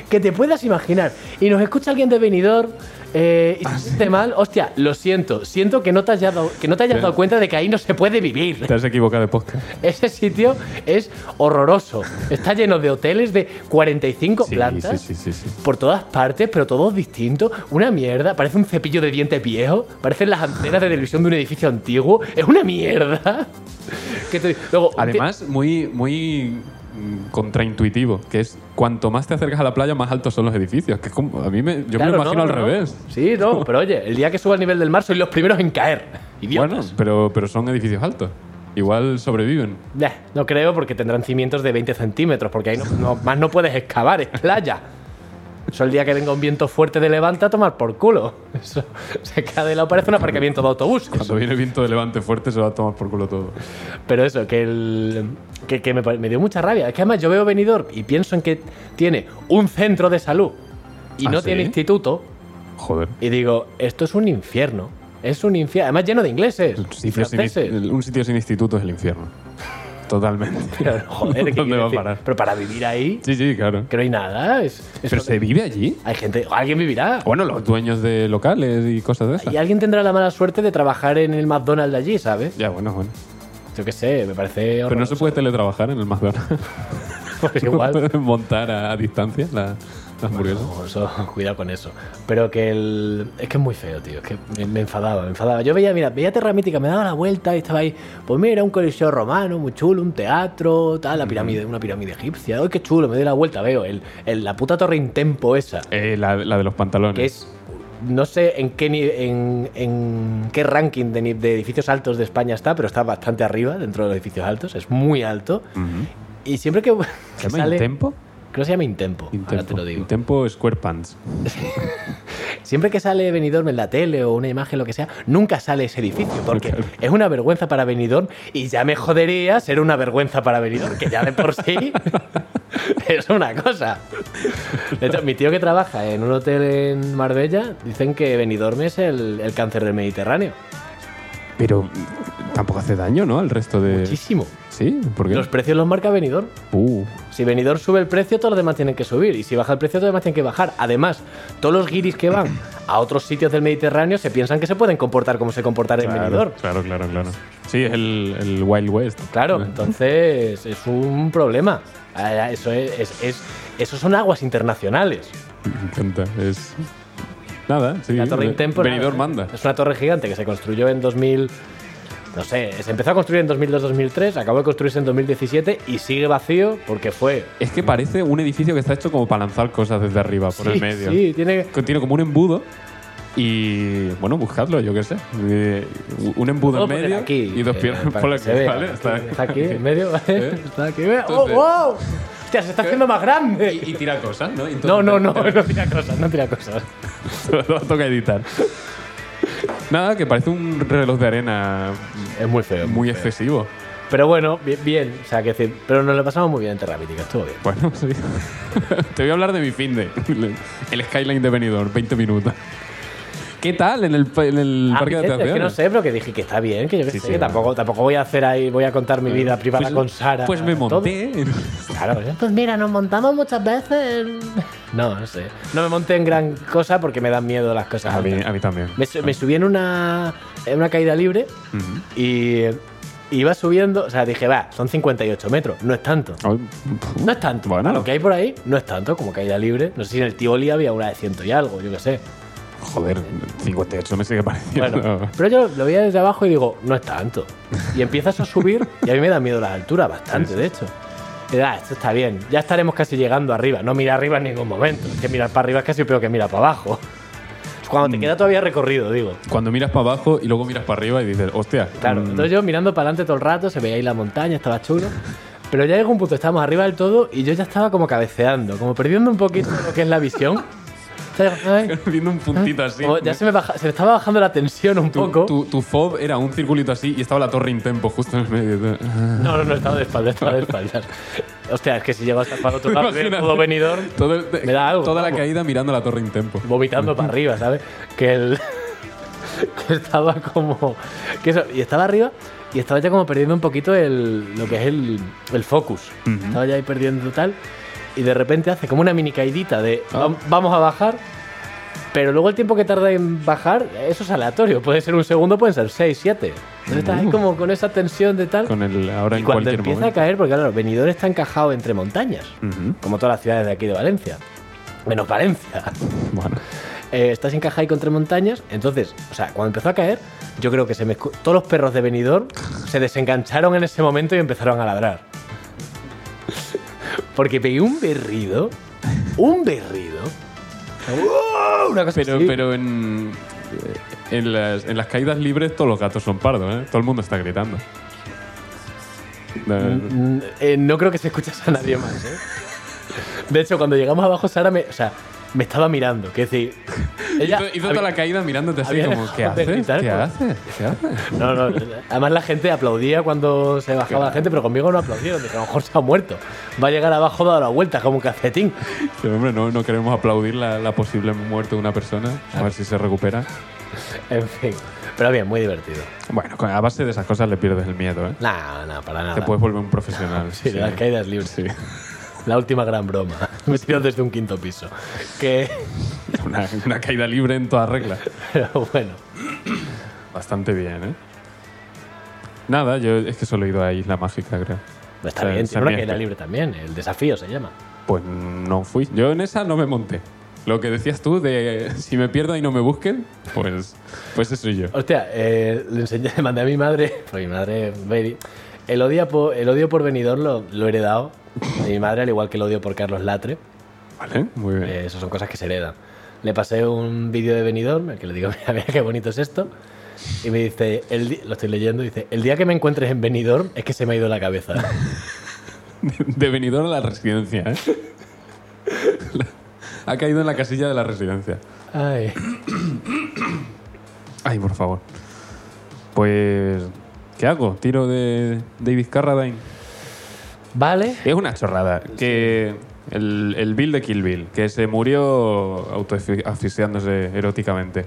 [SPEAKER 1] que te puedas imaginar. Y nos escucha alguien de Benidorm eh, y
[SPEAKER 2] Ah,
[SPEAKER 1] se siente mal. Hostia, lo siento. Siento que no te hayas dado, que no te hayas
[SPEAKER 2] Sí.
[SPEAKER 1] dado cuenta de que ahí no se puede vivir.
[SPEAKER 2] Te has equivocado de podcast.
[SPEAKER 1] Ese sitio es horroroso. Está lleno de hoteles de 45
[SPEAKER 2] Sí,
[SPEAKER 1] plantas.
[SPEAKER 2] sí, sí, sí, sí.
[SPEAKER 1] Por todas partes, pero todos distintos. Una mierda. Parece un cepillo de dientes viejo. Parecen las antenas de televisión de un edificio antiguo. Es una mierda. [laughs] Que te- Luego, un ti-
[SPEAKER 2] Además, muy, muy mm, contraintuitivo, que es cuanto más te acercas a la playa, más altos son los edificios. Que es como, a mí me, yo me
[SPEAKER 1] Claro,
[SPEAKER 2] lo imagino
[SPEAKER 1] no,
[SPEAKER 2] al
[SPEAKER 1] no, no.
[SPEAKER 2] revés.
[SPEAKER 1] Sí, no, pero oye, el día que suba al nivel del mar sois los primeros en caer.
[SPEAKER 2] Bueno,
[SPEAKER 1] Idiotas.
[SPEAKER 2] pero, pero son edificios altos. Igual sobreviven.
[SPEAKER 1] Nah, no creo porque tendrán cimientos de 20 centímetros, porque ahí no, no- más no puedes excavar, es playa. Eso el día que venga un viento fuerte de levante a tomar por culo. Eso [laughs] se queda de lado, parece un aparcamiento de autobús.
[SPEAKER 2] Cuando viene viento de levante fuerte, se va a tomar por culo todo.
[SPEAKER 1] Pero eso, que, el, que, que me, pare- me dio mucha rabia. Es que además yo veo Benidorm y pienso en que tiene un centro de salud y
[SPEAKER 2] ¿Ah,
[SPEAKER 1] no
[SPEAKER 2] sí?
[SPEAKER 1] tiene instituto.
[SPEAKER 2] Joder.
[SPEAKER 1] Y digo, esto es un infierno. Es un infierno. Además lleno de ingleses.
[SPEAKER 2] Un
[SPEAKER 1] y
[SPEAKER 2] sitio, sin,
[SPEAKER 1] franceses.
[SPEAKER 2] [laughs] un sitio sin instituto es el infierno. Totalmente.
[SPEAKER 1] Pero, [laughs] joder, ¿qué
[SPEAKER 2] ¿Dónde
[SPEAKER 1] quiero
[SPEAKER 2] va a
[SPEAKER 1] decir?
[SPEAKER 2] parar?
[SPEAKER 1] Pero para vivir ahí,
[SPEAKER 2] Sí, sí, claro.
[SPEAKER 1] que no hay nada. Es, es
[SPEAKER 2] ¿Pero
[SPEAKER 1] lo que-
[SPEAKER 2] se vive allí?
[SPEAKER 1] Hay gente, alguien vivirá.
[SPEAKER 2] Bueno, los dueños de locales y cosas de esas.
[SPEAKER 1] Y alguien tendrá la mala suerte de trabajar en el McDonald's de allí, ¿sabes?
[SPEAKER 2] Ya, bueno, bueno.
[SPEAKER 1] Yo qué sé, me parece
[SPEAKER 2] Pero no
[SPEAKER 1] horroroso.
[SPEAKER 2] se puede teletrabajar en el McDonald's.
[SPEAKER 1] Pues [laughs] igual.
[SPEAKER 2] Puedes [laughs] montar a, a distancia la, la hamburguesa.
[SPEAKER 1] No, eso, [laughs] cuidado con eso. Pero que el. Es que es muy feo, tío. Es que me, me enfadaba, me enfadaba. Yo veía, mira, veía Terra Mítica, me daba la vuelta y estaba ahí. Pues mira, un coliseo romano, muy chulo, un teatro, tal, la pirámide, una pirámide egipcia. ¡Ay, qué chulo! Me doy la vuelta, veo. El, el- la puta torre intempo esa.
[SPEAKER 2] Eh, la, la de los pantalones.
[SPEAKER 1] que es no sé en qué ni- en, en qué ranking de, ni- de edificios altos de España está, pero está bastante arriba dentro de los edificios altos, es muy alto. Y siempre que, que
[SPEAKER 2] Mm. ¿Se
[SPEAKER 1] [laughs]
[SPEAKER 2] llama
[SPEAKER 1] sale,
[SPEAKER 2] Intempo?
[SPEAKER 1] creo que se llama Intempo, ahora te
[SPEAKER 2] Intempo.
[SPEAKER 1] lo digo.
[SPEAKER 2] Intempo Squarepants.
[SPEAKER 1] Siempre que sale Benidorm en la tele o una imagen lo que sea, nunca sale ese edificio porque es una vergüenza para Benidorm y ya me jodería ser una vergüenza para Benidorm, que ya de por sí es una cosa. De hecho, mi tío que trabaja en un hotel en Marbella, dicen que Benidorm es el, el cáncer del Mediterráneo.
[SPEAKER 2] Pero mm, tampoco hace daño, ¿no? Al resto de.
[SPEAKER 1] Muchísimo.
[SPEAKER 2] Sí, porque.
[SPEAKER 1] Los precios los marca Benidorm.
[SPEAKER 2] Uh,
[SPEAKER 1] Si Benidorm sube el precio, todos los demás tienen que subir. Y si baja el precio, todos los demás tienen que bajar. Además, todos los guiris que van a otros sitios del Mediterráneo se piensan que se pueden comportar como se comportan en Benidorm.
[SPEAKER 2] claro, claro, claro, claro. Sí, es el, el Wild West.
[SPEAKER 1] Claro, entonces es un problema. Ah, Eso es, es- es- eso son aguas internacionales.
[SPEAKER 2] Me encanta. Es. Nada, sí. eh,
[SPEAKER 1] La torre Intempo,
[SPEAKER 2] Benidorm
[SPEAKER 1] nada,
[SPEAKER 2] manda.
[SPEAKER 1] Es una torre gigante que se construyó en 2000. no sé, se empezó a construir en 2002-2003, acabó de construirse en 2017 y sigue vacío porque fue.
[SPEAKER 2] Es que parece un edificio que está hecho como para lanzar cosas desde arriba, por el
[SPEAKER 1] Sí,
[SPEAKER 2] medio.
[SPEAKER 1] Sí, tiene.
[SPEAKER 2] Que Tiene como un embudo. Y bueno, buscadlo, yo qué sé. Eh, Un embudo
[SPEAKER 1] Puedo
[SPEAKER 2] en
[SPEAKER 1] poner
[SPEAKER 2] medio
[SPEAKER 1] aquí,
[SPEAKER 2] y dos
[SPEAKER 1] eh,
[SPEAKER 2] piernas
[SPEAKER 1] para
[SPEAKER 2] por
[SPEAKER 1] que
[SPEAKER 2] aquí,
[SPEAKER 1] se vea.
[SPEAKER 2] ¿vale? Está-
[SPEAKER 1] Está aquí, en medio, ¿vale?
[SPEAKER 2] ¿Eh?
[SPEAKER 1] Está aquí, vea. ¡Oh,
[SPEAKER 2] Entonces-
[SPEAKER 1] wow! Hostia, se está haciendo más grande.
[SPEAKER 2] [laughs] Y, y tira cosas, ¿no? Entonces-
[SPEAKER 1] no, no, no, [laughs]
[SPEAKER 2] [laughs]
[SPEAKER 1] no tira cosas, no tira cosas.
[SPEAKER 2] Lo toca editar. Nada, que parece un reloj de arena
[SPEAKER 1] Es muy feo.
[SPEAKER 2] muy
[SPEAKER 1] feo.
[SPEAKER 2] excesivo.
[SPEAKER 1] Pero bueno, bien, bien. O sea, que decir, pero nos lo pasamos muy bien en Terra Mítica, estuvo bien.
[SPEAKER 2] Bueno, [laughs] sí. Te voy a hablar de mi fin de. [laughs] El Skyline de Benidorm, 20 minutos. ¿Qué tal en el, pa- en el
[SPEAKER 1] Ah,
[SPEAKER 2] parque de
[SPEAKER 1] Vicente, es
[SPEAKER 2] atracciones?
[SPEAKER 1] que no sé, pero que dije que está bien, que yo qué
[SPEAKER 2] Sí,
[SPEAKER 1] sé,
[SPEAKER 2] sí,
[SPEAKER 1] que
[SPEAKER 2] no.
[SPEAKER 1] tampoco, tampoco voy a hacer ahí, voy a contar mi vida privada
[SPEAKER 2] Pues-
[SPEAKER 1] con Sara.
[SPEAKER 2] Pues me
[SPEAKER 1] todo.
[SPEAKER 2] monté. en-
[SPEAKER 1] Claro, ¿eh?
[SPEAKER 3] Pues mira, nos montamos muchas veces en...
[SPEAKER 1] [laughs] No, no sé. No me monté en gran cosa porque me dan miedo las cosas.
[SPEAKER 2] A mí,
[SPEAKER 1] altas.
[SPEAKER 2] a mí también.
[SPEAKER 1] Me, su- me subí en una, en una caída libre
[SPEAKER 2] Ujú.
[SPEAKER 1] y iba subiendo. O sea, dije, va, son 58 metros, no es tanto.
[SPEAKER 2] Ay,
[SPEAKER 1] No es tanto.
[SPEAKER 2] Bueno.
[SPEAKER 1] Para Lo que hay por ahí no es tanto como caída libre. No sé si en el Tivoli había una de ciento y algo, yo qué sé.
[SPEAKER 2] Joder, 58 me sigue [laughs] pareciendo.
[SPEAKER 1] Bueno, pero yo lo veía desde abajo y digo, no es tanto. Y empiezas a subir y a mí me da miedo las alturas, bastante, de hecho. Y, ah, esto está bien, ya estaremos casi llegando arriba. No mira arriba en ningún momento. Es que mirar para arriba es casi peor que mirar para abajo. Cuando te queda todavía recorrido, digo.
[SPEAKER 2] Cuando miras para abajo y luego miras para arriba y dices, hostia.
[SPEAKER 1] Claro,
[SPEAKER 2] mm,
[SPEAKER 1] entonces yo mirando para adelante todo el rato, se veía ahí la montaña, estaba chulo. Pero ya llegó un punto, estábamos arriba del todo y yo ya estaba como cabeceando, como perdiendo un poquito lo que es la visión. O sea, ay,
[SPEAKER 2] [laughs] viendo un puntito así.
[SPEAKER 1] como Oh, ya se me, baja- se me estaba bajando la tensión un
[SPEAKER 2] tu,
[SPEAKER 1] poco.
[SPEAKER 2] tu, tu fob era un circulito así y estaba la torre in tempo justo en el medio. [laughs]
[SPEAKER 1] No, no, no, estaba de espaldas, estaba de espaldas. Hostia, es que si llego hasta para el otro lado, veo
[SPEAKER 2] Imagínate.
[SPEAKER 1] todo venidor
[SPEAKER 2] Todo el-
[SPEAKER 1] Me da algo,
[SPEAKER 2] Toda la
[SPEAKER 1] vamos.
[SPEAKER 2] caída mirando la torre in tempo.
[SPEAKER 1] vomitando
[SPEAKER 2] [laughs]
[SPEAKER 1] para arriba, ¿sabes? Que el. [laughs] que estaba como. Que eso, y estaba arriba y estaba ya como perdiendo un poquito el, lo que es el, el focus. Estaba ya ahí perdiendo tal. Y de repente hace como una mini caidita de
[SPEAKER 2] Ah.
[SPEAKER 1] "Vam- vamos a bajar. Pero luego el tiempo que tarda en bajar, eso es aleatorio. Puede ser un segundo, pueden ser seis, siete. Entonces estás ahí como con esa tensión de tal.
[SPEAKER 2] Uh. Con el ahora
[SPEAKER 1] Y
[SPEAKER 2] en
[SPEAKER 1] cuando
[SPEAKER 2] cualquier
[SPEAKER 1] empieza a
[SPEAKER 2] momento.
[SPEAKER 1] caer, porque claro, Benidorm está encajado entre montañas,
[SPEAKER 2] Ujú.
[SPEAKER 1] como todas las ciudades de aquí de Valencia, menos Valencia.
[SPEAKER 2] Bueno,
[SPEAKER 1] Eh, estás encajado ahí contra montañas, entonces, o sea, cuando empezó a caer, yo creo que se me escu- todos los perros de Benidorm se desengancharon en ese momento y empezaron a ladrar. Porque pegué un berrido, un berrido. ¡Uah! Una cosa
[SPEAKER 2] pero,
[SPEAKER 1] así.
[SPEAKER 2] pero en, eh, en, las, en las caídas libres todos los gatos son pardos, ¿eh? Todo el mundo está gritando. No,
[SPEAKER 1] Mm, eh, no creo que se escuchase a nadie más, ¿eh? De hecho, cuando llegamos abajo, Sara me, o sea, me estaba mirando. Que decir, ella
[SPEAKER 2] Hizo, hizo toda la caída mirándote así
[SPEAKER 1] había
[SPEAKER 2] como,
[SPEAKER 1] dejado
[SPEAKER 2] ¿qué
[SPEAKER 1] de
[SPEAKER 2] haces?
[SPEAKER 1] gritar,
[SPEAKER 2] ¿Qué
[SPEAKER 1] como-
[SPEAKER 2] haces? ¿Qué haces?
[SPEAKER 1] No, no, además la gente aplaudía cuando se bajaba la gente, pero conmigo no aplaudieron. Dije, a lo mejor se ha muerto. Va a llegar abajo dado la vuelta, como un calcetín.
[SPEAKER 2] Pero, hombre, no, no queremos aplaudir la, la posible muerte de una persona,
[SPEAKER 1] Ah.
[SPEAKER 2] a ver si se recupera.
[SPEAKER 1] [laughs] En fin. Pero bien, muy divertido.
[SPEAKER 2] Bueno, con- a base de esas cosas le pierdes el miedo, ¿eh?
[SPEAKER 1] Nada, nada, para nada.
[SPEAKER 2] Te puedes volver un profesional.
[SPEAKER 1] Sí, de las caídas libres.
[SPEAKER 2] Sí.
[SPEAKER 1] La última gran broma. Me tiró desde un quinto piso. Que.
[SPEAKER 2] Una, una caída libre en toda regla.
[SPEAKER 1] Pero bueno.
[SPEAKER 2] Bastante bien, ¿eh? Nada, yo es que solo he ido a Isla Mágica, creo.
[SPEAKER 1] Está
[SPEAKER 2] Se-
[SPEAKER 1] bien,
[SPEAKER 2] se
[SPEAKER 1] tiene una
[SPEAKER 2] ríe.
[SPEAKER 1] caída libre también. El desafío se llama.
[SPEAKER 2] Pues no fui. Yo en esa no me monté. Lo que decías tú de eh, si me pierdo y no me busquen, pues, pues eso soy yo.
[SPEAKER 1] Hostia, eh, le enseñé, le mandé a mi madre, [laughs] porque mi madre, Beri, el, odia po- el odio por Benidorm lo, lo he heredado de mi madre, al igual que el odio por Carlos Latre.
[SPEAKER 2] ¿Vale? Muy bien.
[SPEAKER 1] Eh, esas son cosas que se heredan. Le pasé un vídeo de Benidorm, el que le digo, [laughs] mira, mira qué bonito es esto. Y me dice, el di- lo estoy leyendo, dice, el día que me encuentres en Benidorm es que se me ha ido la
[SPEAKER 2] [laughs]
[SPEAKER 1] cabeza.
[SPEAKER 2] De Benidorm a la residencia, ¿eh? La- Ha caído en la casilla de la residencia.
[SPEAKER 1] Ay.
[SPEAKER 2] Ay, por favor. Pues... ¿Qué hago? ¿Tiro de David Carradine?
[SPEAKER 1] Vale.
[SPEAKER 2] Es una chorrada. Que el, el Bill de Kill Bill, que se murió autoasfixiándose eróticamente.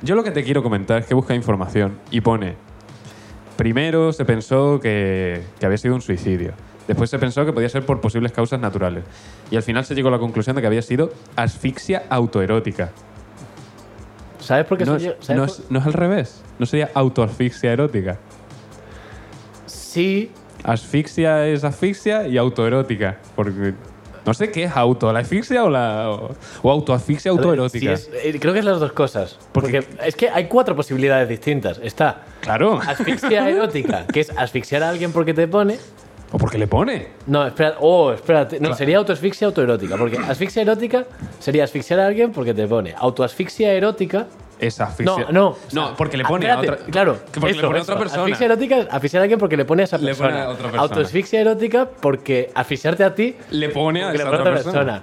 [SPEAKER 2] Yo lo que te quiero comentar es que busca información y pone. Primero se pensó que, que había sido un suicidio. Después se pensó que podía ser por posibles causas naturales. Y al final se llegó a la conclusión de que había sido asfixia autoerótica.
[SPEAKER 1] ¿Sabes por qué
[SPEAKER 2] No
[SPEAKER 1] soy
[SPEAKER 2] es,
[SPEAKER 1] yo? ¿Sabes
[SPEAKER 2] no
[SPEAKER 1] por-
[SPEAKER 2] es- no es al revés. No sería autoasfixia erótica.
[SPEAKER 1] Sí,
[SPEAKER 2] Asfixia es asfixia y autoerótica. Porque no sé qué es auto, la asfixia o la. o, o autoasfixia
[SPEAKER 1] A ver,
[SPEAKER 2] autoerótica.
[SPEAKER 1] sí es- eh, creo que es las dos cosas.
[SPEAKER 2] Porque-
[SPEAKER 1] Porque, es que hay cuatro posibilidades distintas. Está
[SPEAKER 2] Claro.
[SPEAKER 1] Asfixia erótica, que es asfixiar a alguien porque te pone.
[SPEAKER 2] ¿O porque le pone?
[SPEAKER 1] No, espera, oh, espérate. No, sería autoasfixia autoerótica,
[SPEAKER 2] [clears throat]
[SPEAKER 1] porque asfixia erótica sería asfixiar a alguien porque te pone. Autoasfixia erótica
[SPEAKER 2] Es
[SPEAKER 1] No,
[SPEAKER 2] asfixia.
[SPEAKER 1] no. Ah,
[SPEAKER 2] No, porque le pone
[SPEAKER 1] Espérate,
[SPEAKER 2] a otra.
[SPEAKER 1] Claro.
[SPEAKER 2] Que Porque
[SPEAKER 1] eso,
[SPEAKER 2] le pone a
[SPEAKER 1] eso.
[SPEAKER 2] otra persona.
[SPEAKER 1] Asfixia erótica es asfixiar a alguien porque le pone a esa
[SPEAKER 2] Le
[SPEAKER 1] persona.
[SPEAKER 2] pone a otra persona.
[SPEAKER 1] Autoasfixia erótica porque asfixiarte a ti
[SPEAKER 2] Le pone a
[SPEAKER 1] porque le
[SPEAKER 2] esa
[SPEAKER 1] pone a
[SPEAKER 2] otra persona.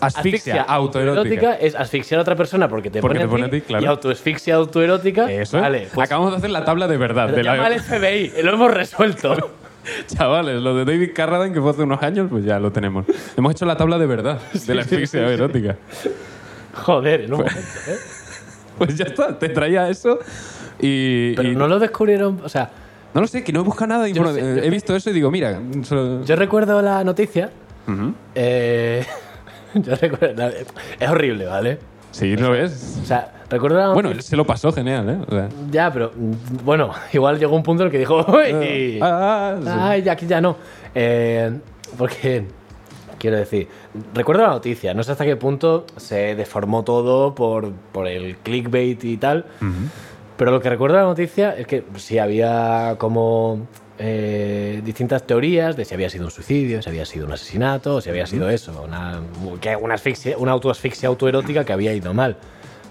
[SPEAKER 2] Asfixia, autoerótica.
[SPEAKER 1] es asfixiar a otra persona porque te
[SPEAKER 2] Porque
[SPEAKER 1] pone,
[SPEAKER 2] te pone a ti, claro.
[SPEAKER 1] Y autoasfixia autoerótica.
[SPEAKER 2] Eso es.
[SPEAKER 1] Vale, pues
[SPEAKER 2] Acabamos de hacer la tabla de verdad. De la-
[SPEAKER 1] llama al FBI, lo hemos resuelto.
[SPEAKER 2] [laughs] Chavales, lo de David Carradine que fue hace unos años, pues ya lo tenemos. Hemos hecho la tabla de verdad de la asfixia erótica.
[SPEAKER 1] Joder, en un momento, ¿eh?
[SPEAKER 2] Pues ya está, te traía eso y.
[SPEAKER 1] Pero
[SPEAKER 2] y-
[SPEAKER 1] no lo descubrieron, o sea,
[SPEAKER 2] no lo sé, que no busca nada. de
[SPEAKER 1] Yo no
[SPEAKER 2] informa-
[SPEAKER 1] sé, yo-
[SPEAKER 2] He visto eso y digo, mira. solo-
[SPEAKER 1] yo recuerdo la noticia.
[SPEAKER 2] Ujú.
[SPEAKER 1] eh, [laughs] yo recuerdo. la- Es horrible, ¿vale?
[SPEAKER 2] Sí, lo ves.
[SPEAKER 1] O sea, recuerdo la noticia.
[SPEAKER 2] Bueno, él se lo pasó genial, ¿eh? O sea,
[SPEAKER 1] Ya, pero mm, bueno, [laughs] igual llegó un punto en el que dijo, "Uy,
[SPEAKER 2] ah, sí.
[SPEAKER 1] ay, ya, aquí ya no. Eh, porque, quiero decir, recuerdo la noticia, no sé hasta qué punto se deformó todo por, por el clickbait y tal, pero lo que recuerdo de la noticia es que sí había como eh, distintas teorías de si había sido un suicidio, si había sido un asesinato, si había sido eso, una, que una, asfixia, una autoasfixia autoerótica que había ido mal.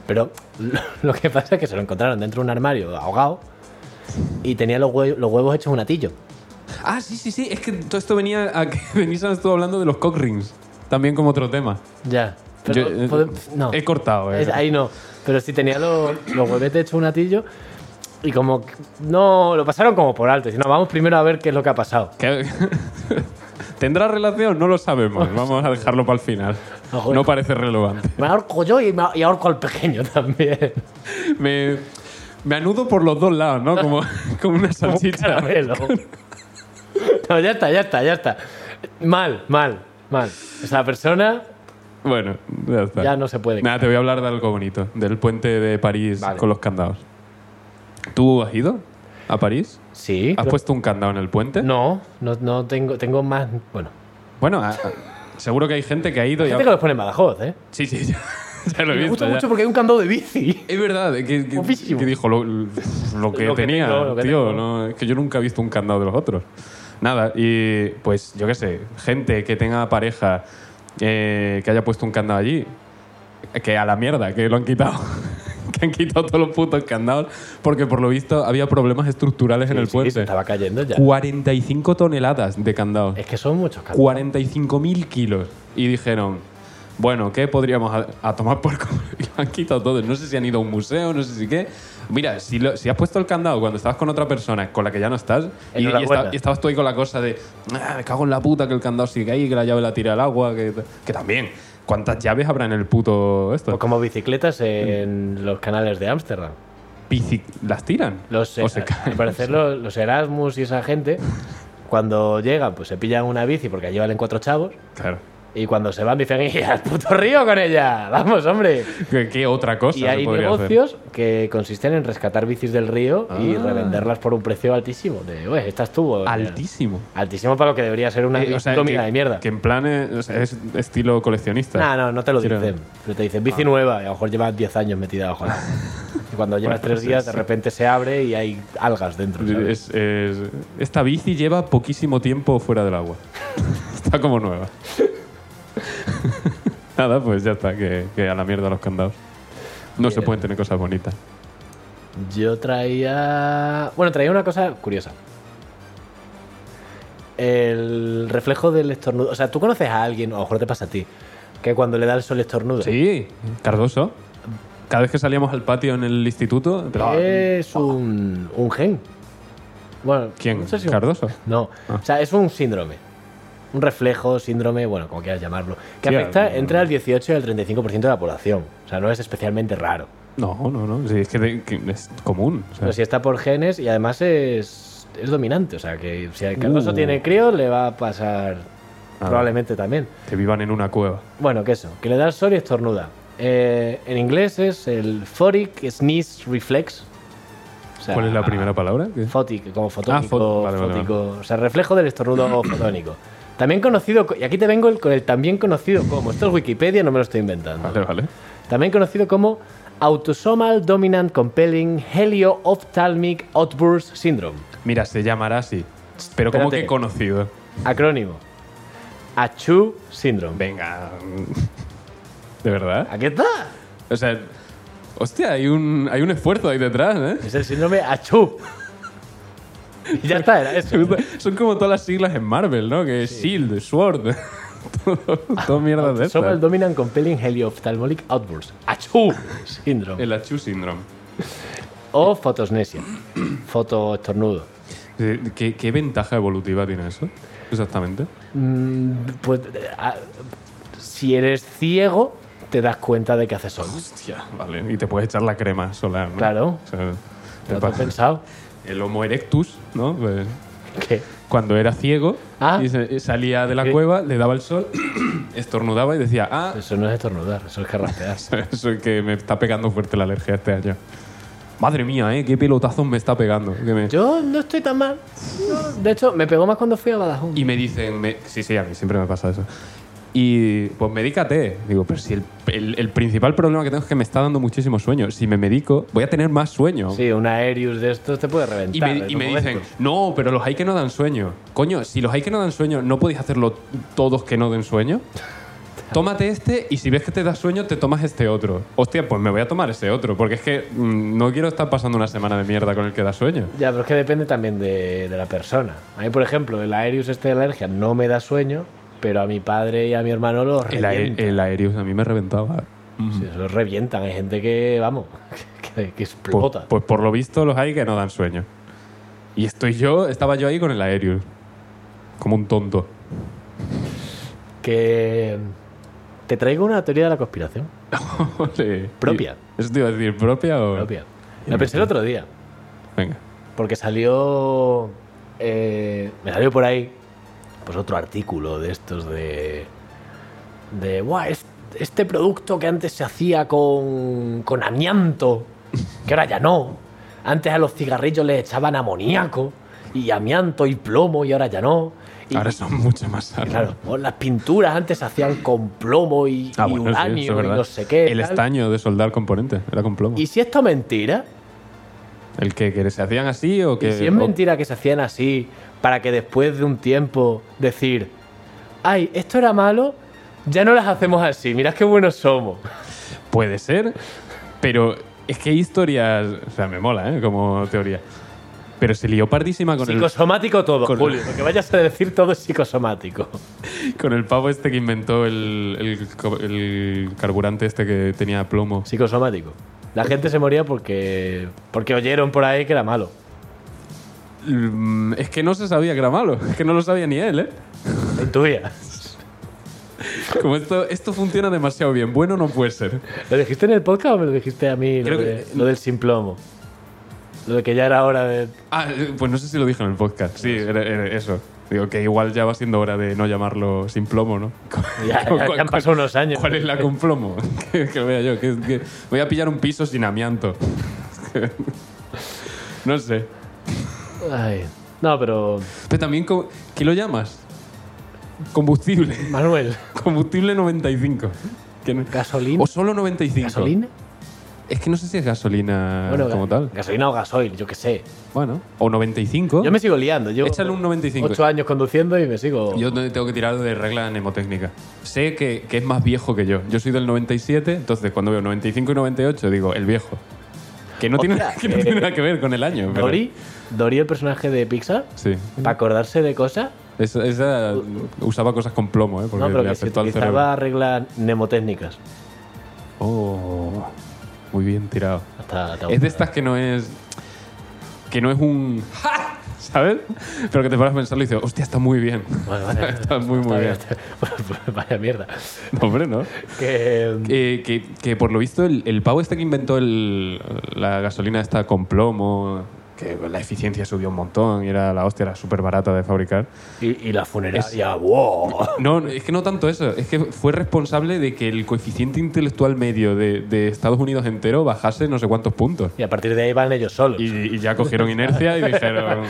[SPEAKER 1] Pero [laughs] lo, lo que pasa es que se lo encontraron dentro de un armario ahogado y tenía los, hue- los huevos hechos un atillo.
[SPEAKER 2] Ah, sí, sí, sí. Es que todo esto venía a que [laughs] Denise nos estuvo hablando de los cock rings. También como otro tema.
[SPEAKER 1] Ya. Pero
[SPEAKER 2] Yo, eh,
[SPEAKER 1] pode- no.
[SPEAKER 2] He cortado, eh.
[SPEAKER 1] Es- ahí no. Pero sí tenía lo- los huevetes hechos un atillo. Y como que- no, lo pasaron como por alto. Diciendo, vamos primero a ver qué es lo que ha pasado.
[SPEAKER 2] ¿Qué- [laughs] ¿Tendrá relación? No lo sabemos.
[SPEAKER 1] [laughs]
[SPEAKER 2] Vamos a dejarlo para el final.
[SPEAKER 1] Ah, joder.
[SPEAKER 2] No parece relevante.
[SPEAKER 1] Me ahorco yo y, me, y ahorco al pequeño también. [laughs]
[SPEAKER 2] Me, me anudo por los dos
[SPEAKER 1] [laughs]
[SPEAKER 2] lados, ¿no? Como, como una
[SPEAKER 1] Como un
[SPEAKER 2] salchicha.
[SPEAKER 1] caramelo. No, ya está, ya está, ya está. Mal, mal, mal. Esa persona
[SPEAKER 2] Bueno, ya está.
[SPEAKER 1] ya no se puede.
[SPEAKER 2] Nada, te voy a hablar de algo bonito. Del puente de París
[SPEAKER 1] Vale.
[SPEAKER 2] con los candados. ¿Tú has ido a París?
[SPEAKER 1] Sí.
[SPEAKER 2] ¿Has
[SPEAKER 1] pero-
[SPEAKER 2] puesto un candado en el puente?
[SPEAKER 1] No, no, no tengo, tengo más. Bueno,
[SPEAKER 2] Bueno, a- a- seguro que hay gente que ha ido y ha-
[SPEAKER 1] gente que los pone en Badajoz, ¿eh?
[SPEAKER 2] Sí, sí, [laughs] ya, ya lo he
[SPEAKER 1] Me
[SPEAKER 2] visto.
[SPEAKER 1] gusta
[SPEAKER 2] ya.
[SPEAKER 1] mucho porque hay un candado de bici.
[SPEAKER 2] Es verdad, eh, que, que-
[SPEAKER 1] Guapísimo.
[SPEAKER 2] que dijo lo, lo que
[SPEAKER 1] Lo que
[SPEAKER 2] tenía,
[SPEAKER 1] tengo, lo que
[SPEAKER 2] tío.
[SPEAKER 1] tengo.
[SPEAKER 2] no, es que yo nunca he visto un candado de los otros. Nada, y pues yo qué sé, gente que tenga pareja eh, que haya puesto un candado allí, que a la mierda, que lo han quitado. [laughs] que han quitado todos los putos candados, porque por lo visto había problemas estructurales en el
[SPEAKER 1] Sí, sí, se
[SPEAKER 2] puente.
[SPEAKER 1] estaba cayendo ya.
[SPEAKER 2] 45 toneladas de candados.
[SPEAKER 1] Es que son muchos candados.
[SPEAKER 2] 45.000 kilos. Y dijeron, bueno, ¿qué podríamos a, a tomar por culo? [laughs] Y lo han quitado todo. No sé si han ido a un museo, no sé si qué. Mira, si, lo- si has puesto el candado cuando estabas con otra persona con la que ya no estás, y, y
[SPEAKER 1] Enhorabuena.
[SPEAKER 2] esta- y estabas tú ahí con la cosa de, "Ah, me cago en la puta que el candado sigue ahí, que la llave la tira al agua, que, que también. ¿Cuántas llaves habrá en el puto esto?
[SPEAKER 1] O Pues como bicicletas en los canales de Ámsterdam.
[SPEAKER 2] Bici- ¿Las tiran?
[SPEAKER 1] Los,
[SPEAKER 2] ¿O
[SPEAKER 1] eh,
[SPEAKER 2] se
[SPEAKER 1] al
[SPEAKER 2] caen? [laughs]
[SPEAKER 1] parecer los, los Erasmus y esa gente, cuando llegan, pues se pillan una bici porque allí valen cuatro chavos.
[SPEAKER 2] Claro.
[SPEAKER 1] Y cuando se van, dicen, "Y al puto río con ella! [laughs] ¡Vamos, hombre!
[SPEAKER 2] ¿Qué, qué otra cosa
[SPEAKER 1] Y
[SPEAKER 2] se
[SPEAKER 1] hay
[SPEAKER 2] podría hacer?
[SPEAKER 1] negocios que consisten en rescatar bicis del río y
[SPEAKER 2] Ah.
[SPEAKER 1] revenderlas por un precio altísimo. De, "Ué, esta estuvo.
[SPEAKER 2] Altísimo.
[SPEAKER 1] Altísimo para lo que debería ser una
[SPEAKER 2] Eh, o sea,
[SPEAKER 1] comida
[SPEAKER 2] que-
[SPEAKER 1] de mierda.
[SPEAKER 2] Que en plan eh, o sea, es, estilo coleccionista.
[SPEAKER 1] No, no, no te lo
[SPEAKER 2] Quiero-
[SPEAKER 1] dicen. Pero te dicen bici nueva y a lo mejor llevas 10 años metida bajo
[SPEAKER 2] [laughs]
[SPEAKER 1] la. Y cuando llevas
[SPEAKER 2] Bueno,
[SPEAKER 1] tres
[SPEAKER 2] sí,
[SPEAKER 1] días, de
[SPEAKER 2] sí.
[SPEAKER 1] repente se abre y hay algas dentro. ¿sabes?
[SPEAKER 2] Pues Es- es- esta bici lleva poquísimo tiempo fuera del agua. [laughs] está como nueva. [laughs] Nada, pues ya está, que, que a la mierda los candados. No se
[SPEAKER 1] Bien.
[SPEAKER 2] pueden tener cosas bonitas.
[SPEAKER 1] Yo traía. Bueno, traía una cosa curiosa. El reflejo del estornudo. O sea, tú conoces a alguien, o a lo mejor te pasa a ti, que cuando le da el sol estornuda.
[SPEAKER 2] Sí, Cardoso. Cada vez que salíamos al patio en el instituto, empezaba-
[SPEAKER 1] Es un, un gen. Bueno,
[SPEAKER 2] ¿quién?
[SPEAKER 1] no sé si un-
[SPEAKER 2] Cardoso.
[SPEAKER 1] No,
[SPEAKER 2] Ah.
[SPEAKER 1] o sea, es un síndrome. Un reflejo, síndrome, bueno, como quieras llamarlo. Que
[SPEAKER 2] Sí,
[SPEAKER 1] afecta
[SPEAKER 2] al-
[SPEAKER 1] entre el 18 y el 35% de la población. O sea, no es especialmente raro.
[SPEAKER 2] No, no, no. sí, es que, de- que es común. o sea.
[SPEAKER 1] Pero si está por genes y además es, es dominante. O sea, que si el Cardoso
[SPEAKER 2] Uh.
[SPEAKER 1] tiene crío, le va a pasar
[SPEAKER 2] Ah.
[SPEAKER 1] probablemente también.
[SPEAKER 2] que vivan en una cueva.
[SPEAKER 1] Bueno, que eso, que le da el sol y estornuda. Eh, en inglés es el photic sneeze reflex. O sea,
[SPEAKER 2] ¿Cuál es la primera palabra? ¿Qué?
[SPEAKER 1] Fotic, como fotónico,
[SPEAKER 2] fot- Ah, vale, vale,
[SPEAKER 1] fotico, o sea, reflejo del
[SPEAKER 2] [clears throat]
[SPEAKER 1] estornudo fotónico. También conocido, co- y aquí te vengo el- con el también conocido como, esto es Wikipedia, no me lo estoy inventando.
[SPEAKER 2] Vale, vale.
[SPEAKER 1] También conocido como Autosomal Dominant Compelling Helio-Ophthalmic Outburst Syndrome.
[SPEAKER 2] Mira, se llamará así. Pero como
[SPEAKER 1] Espérate.
[SPEAKER 2] que conocido.
[SPEAKER 1] Acrónimo. Achu Syndrome.
[SPEAKER 2] Venga. ¿De verdad?
[SPEAKER 1] Aquí está.
[SPEAKER 2] O sea, hostia, hay un, hay un esfuerzo ahí detrás, ¿eh?
[SPEAKER 1] Es el síndrome Achu. Y ya está, era
[SPEAKER 2] [laughs]
[SPEAKER 1] eso.
[SPEAKER 2] Son como todas las siglas en Marvel, ¿no? Que es Shield, Sword, [laughs] todo, todo mierda de
[SPEAKER 1] Autosomal
[SPEAKER 2] estas.
[SPEAKER 1] Dominant Compelling Helio-Ophthalmic Outburst.
[SPEAKER 2] [laughs]
[SPEAKER 1] Achu Syndrome.
[SPEAKER 2] El Achu Syndrome.
[SPEAKER 1] O fotosnesia. Foto estornudo.
[SPEAKER 2] Eh, ¿Qué, qué ventaja evolutiva tiene eso? Exactamente.
[SPEAKER 1] Pues eh, ah, si eres ciego, te das cuenta de que hace sol.
[SPEAKER 2] Hostia, vale. Y te puedes echar la crema solar, ¿no?
[SPEAKER 1] Claro.
[SPEAKER 2] O sea, te
[SPEAKER 1] ¿No te
[SPEAKER 2] pa-
[SPEAKER 1] has pensado?
[SPEAKER 2] el Homo erectus, ¿no? Pues,
[SPEAKER 1] ¿Qué?
[SPEAKER 2] cuando era ciego
[SPEAKER 1] Ah.
[SPEAKER 2] y se- salía de la
[SPEAKER 1] ¿Qué?
[SPEAKER 2] cueva, le daba el sol, [clears throat] estornudaba y decía, ah,
[SPEAKER 1] Eso no es estornudar, eso es
[SPEAKER 2] [laughs]
[SPEAKER 1] carraspear.
[SPEAKER 2] eso es que me está pegando fuerte la alergia este año. Madre mía, ¿eh? Qué pelotazos me está pegando. que me-
[SPEAKER 1] Yo no estoy tan mal. No, de hecho, me pegó más cuando fui a Badajoz.
[SPEAKER 2] Y me dicen, me- sí, sí, a mí siempre me pasa eso. Y pues medícate. Digo, pero si el, el- el principal problema que tengo es que me está dando muchísimo sueño. Si me medico, voy a tener más sueño.
[SPEAKER 1] Sí, un Aerius de estos te puede reventar. ¿eh?
[SPEAKER 2] Y me,
[SPEAKER 1] en
[SPEAKER 2] y
[SPEAKER 1] un
[SPEAKER 2] me dicen,
[SPEAKER 1] momento.
[SPEAKER 2] no, pero los hay que no dan sueño. Coño, si los hay que no dan sueño, ¿no podéis hacerlo todos que no den sueño? Tómate este y si ves que te da sueño, te tomas este otro. Hostia, pues me voy a tomar ese otro, porque es que mm, no quiero estar pasando una semana de mierda con el que da sueño.
[SPEAKER 1] Ya, pero es que depende también de, de la persona. A mí, por ejemplo, el Aerius este de alergia no me da sueño, pero a mi padre y a mi hermano los
[SPEAKER 2] El, eh, ae-
[SPEAKER 1] revientan.
[SPEAKER 2] el Aerius a mí me reventaba. Pues,
[SPEAKER 1] Sí, los revientan. Hay gente que, vamos, [laughs] que, que
[SPEAKER 2] Pues,
[SPEAKER 1] explota.
[SPEAKER 2] pues por lo visto los hay que no dan sueño. Y estoy yo, estaba yo ahí con el Aerius. Como un tonto.
[SPEAKER 1] Que te traigo una teoría de la conspiración
[SPEAKER 2] [laughs] Sí.
[SPEAKER 1] Propia.
[SPEAKER 2] Y- Eso te iba a decir, propia o...
[SPEAKER 1] propia. La pensé el otro día,
[SPEAKER 2] Venga.
[SPEAKER 1] porque salió. eh, me salió por ahí pues otro artículo de estos de. de. Buah, es- este producto que antes se hacía con, con amianto, que ahora ya no. Antes a los cigarrillos les echaban amoníaco y amianto y plomo y ahora ya no. Y-
[SPEAKER 2] Ahora son mucho más
[SPEAKER 1] Y
[SPEAKER 2] sanos.
[SPEAKER 1] Claro, o las pinturas antes se hacían con plomo y,
[SPEAKER 2] Ah,
[SPEAKER 1] y
[SPEAKER 2] bueno, sí, eso
[SPEAKER 1] uranio
[SPEAKER 2] es
[SPEAKER 1] y
[SPEAKER 2] verdad.
[SPEAKER 1] no sé qué.
[SPEAKER 2] El
[SPEAKER 1] tal.
[SPEAKER 2] estaño de soldar componentes, era con plomo.
[SPEAKER 1] ¿Y si esto es mentira?
[SPEAKER 2] ¿El que, que se hacían así o que...?
[SPEAKER 1] ¿Y si es
[SPEAKER 2] o-
[SPEAKER 1] mentira que se hacían así para que después de un tiempo decir, ay, esto era malo, ya no las hacemos así, mirad qué buenos somos?
[SPEAKER 2] Puede ser, pero es que hay historias... O sea, me mola, ¿eh? Como teoría. Pero se lió pardísima con el,
[SPEAKER 1] Psicosomático todo,
[SPEAKER 2] con-
[SPEAKER 1] Julio. Lo que vayas a decir todo es psicosomático.
[SPEAKER 2] [laughs] con el pavo este que inventó el, el co- el carburante este que tenía plomo.
[SPEAKER 1] Psicosomático. La gente se moría porque, porque oyeron por ahí que era malo.
[SPEAKER 2] Mm, Es que no se sabía que era malo, es que no lo sabía ni él, ¿eh?
[SPEAKER 1] Lo Intuía.
[SPEAKER 2] Como esto, esto funciona demasiado bien, bueno no puede ser.
[SPEAKER 1] ¿Lo dijiste en el podcast o me lo dijiste a mí lo,
[SPEAKER 2] Creo
[SPEAKER 1] de-
[SPEAKER 2] que-
[SPEAKER 1] lo del sin plomo? Lo de que ya era hora de...
[SPEAKER 2] Ah, eh, pues no sé si lo dije en el podcast, sí, era- era eso. Digo que igual ya va siendo hora de no llamarlo sin plomo, ¿no? [laughs]
[SPEAKER 1] Ya, ya- ya han pasado unos años.
[SPEAKER 2] ¿Cuál es la con plomo? [laughs] que, que lo vea yo, que, que voy a pillar un piso sin amianto. [laughs] no sé.
[SPEAKER 1] Ay, No, pero...
[SPEAKER 2] Pero también, co- ¿qué lo llamas? Combustible. [laughs]
[SPEAKER 1] Manuel,
[SPEAKER 2] Combustible 95. Que no-
[SPEAKER 1] ¿gasolina?
[SPEAKER 2] O solo 95.
[SPEAKER 1] ¿Gasolina?
[SPEAKER 2] Es que no sé si es gasolina como
[SPEAKER 1] ga-
[SPEAKER 2] ah, tal.
[SPEAKER 1] Gasolina o gasoil, yo qué sé.
[SPEAKER 2] Bueno, o 95.
[SPEAKER 1] Yo me sigo liando. Yo
[SPEAKER 2] Échale un 95.
[SPEAKER 1] 8 años conduciendo y me sigo.
[SPEAKER 2] Yo te- tengo que tirar de regla mnemotécnica. Sé que, que es más viejo que yo. Yo soy del 97, entonces cuando veo 95 y 98 digo, el viejo. Que no, tiene,
[SPEAKER 1] Hostia,
[SPEAKER 2] [laughs] que no
[SPEAKER 1] eh,
[SPEAKER 2] tiene nada que ver con el año. pero-
[SPEAKER 1] Dory, Dory, el personaje de Pixar,
[SPEAKER 2] Sí.
[SPEAKER 1] para acordarse de cosas,
[SPEAKER 2] Esa, esa usaba cosas con plomo, ¿eh? Porque
[SPEAKER 1] no, pero
[SPEAKER 2] le
[SPEAKER 1] que se
[SPEAKER 2] afectó al cerebro.
[SPEAKER 1] utilizaba reglas mnemotécnicas.
[SPEAKER 2] Oh, muy bien tirado.
[SPEAKER 1] Hasta, hasta-
[SPEAKER 2] Es de estas que no es. que no es un. ¡Ja! ¿Sabes? Pero que te paras a pensarlo y dices, hostia, está muy bien.
[SPEAKER 1] [laughs] Vale, vale.
[SPEAKER 2] [laughs] está muy, muy bien.
[SPEAKER 1] Está bien. [laughs] Vaya mierda.
[SPEAKER 2] No, hombre, ¿no?
[SPEAKER 1] Que,
[SPEAKER 2] Eh, que, que por lo visto el, el pavo este que inventó el- la gasolina esta con plomo, que la eficiencia subió un montón y era la hostia, era súper barata de fabricar.
[SPEAKER 1] y, y la funeraria, wow.
[SPEAKER 2] No, no, es que no tanto eso, es que fue responsable de que el coeficiente intelectual medio de, de Estados Unidos entero bajase no sé cuántos puntos.
[SPEAKER 1] Y a partir de ahí van ellos solos.
[SPEAKER 2] Y, y ya cogieron inercia y dijeron,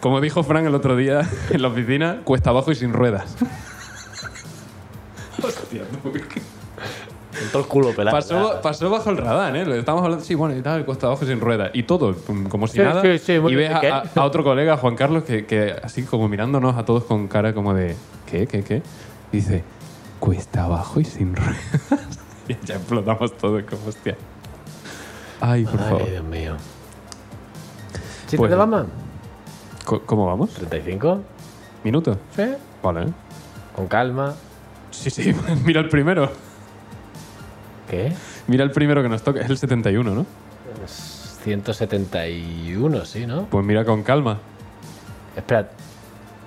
[SPEAKER 2] como dijo Frank el otro día en la oficina, cuesta abajo y sin ruedas. Hostia, tú,
[SPEAKER 1] Entonces todo el culo pelado.
[SPEAKER 2] Pasó, pasó bajo el radar, ¿eh? Lo Estábamos hablando, sí, bueno, y tal, cuesta abajo sin rueda. Y todo, pum, como
[SPEAKER 4] Sí,
[SPEAKER 2] si nada.
[SPEAKER 4] sí, sí,
[SPEAKER 2] y
[SPEAKER 4] bueno,
[SPEAKER 2] ves a,
[SPEAKER 4] ¿qué?
[SPEAKER 2] a- a otro colega, Juan Carlos, que, que así como mirándonos a todos con cara como de, ¿qué, qué, qué? Dice, cuesta abajo y sin ruedas. [laughs] y ya explotamos todo, como hostia. Ay, por
[SPEAKER 1] Ay,
[SPEAKER 2] favor.
[SPEAKER 1] Dios mío.
[SPEAKER 4] ¿Chiste
[SPEAKER 2] Pues-
[SPEAKER 4] de Batman?
[SPEAKER 2] Co- ¿Cómo vamos?
[SPEAKER 1] ¿35?
[SPEAKER 2] ¿Minuto?
[SPEAKER 4] Sí.
[SPEAKER 2] Vale. ¿eh?
[SPEAKER 1] Con calma.
[SPEAKER 2] Sí, sí, [laughs] mira el primero.
[SPEAKER 1] ¿Qué?
[SPEAKER 2] Mira el primero que nos toca. Es el 71, ¿no?
[SPEAKER 1] 171, sí, ¿no?
[SPEAKER 2] Pues mira con calma.
[SPEAKER 1] Espera,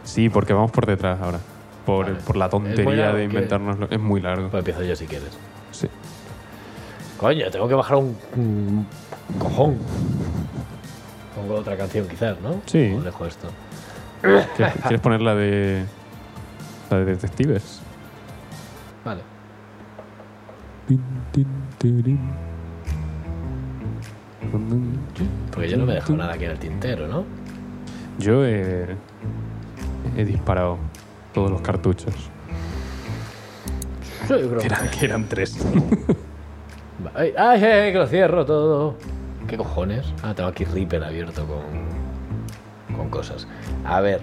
[SPEAKER 2] Sí, porque vamos por detrás ahora. Por,
[SPEAKER 1] Vale.
[SPEAKER 2] por la
[SPEAKER 1] Es muy
[SPEAKER 2] tontería
[SPEAKER 1] largo,
[SPEAKER 2] de
[SPEAKER 1] ¿qué?
[SPEAKER 2] inventarnos. Es muy largo.
[SPEAKER 1] pues empiezo yo si quieres.
[SPEAKER 2] Sí.
[SPEAKER 1] Coño, tengo que bajar un, un cojón. Pongo otra canción quizás, ¿no?
[SPEAKER 2] Sí.
[SPEAKER 1] O dejo esto. [laughs]
[SPEAKER 2] ¿Quieres, quieres poner la de. La de detectives?
[SPEAKER 1] Vale. Porque yo no me dejo nada aquí en el tintero, ¿no?
[SPEAKER 2] Yo he, he disparado todos los cartuchos.
[SPEAKER 4] Sí, yo creo.
[SPEAKER 2] Que eran, que eran tres.
[SPEAKER 1] Va- ¡Ay, ay, ay, que lo cierro todo! ¿Qué cojones? Ah, tengo aquí Reaper abierto con, con cosas. A ver.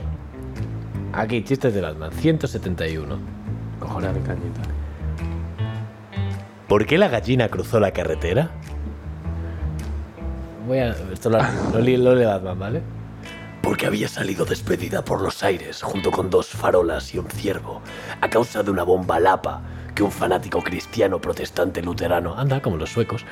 [SPEAKER 1] Aquí, chistes de Batman. 171.
[SPEAKER 2] Cojones de cañita.
[SPEAKER 1] ¿Por qué la gallina cruzó la carretera? Voy a. Esto lo, lo, li- lo lee Batman, ¿vale? Porque había salido despedida por los aires junto con dos farolas y un ciervo a causa de una bomba lapa que un fanático cristiano protestante luterano, anda como los suecos,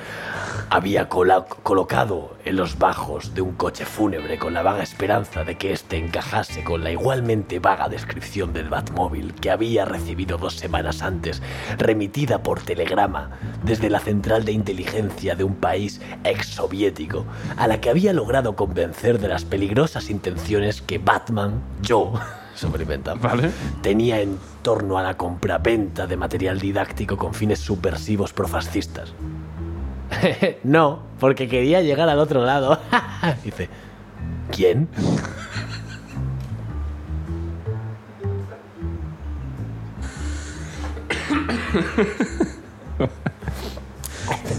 [SPEAKER 1] había cola- colocado en los bajos de un coche fúnebre con la vaga esperanza de que éste encajase con la igualmente vaga descripción del Batmóvil que había recibido dos semanas antes, remitida por telegrama desde la central de inteligencia de un país exsoviético, a la que había logrado convencer de las peligrosas intenciones que Batman, yo, [laughs] sobreviviente,
[SPEAKER 2] ¿Vale?
[SPEAKER 1] tenía en torno a la compraventa de material didáctico con fines subversivos profascistas. [laughs] no, porque quería llegar al otro lado. [laughs] Dice, ¿quién?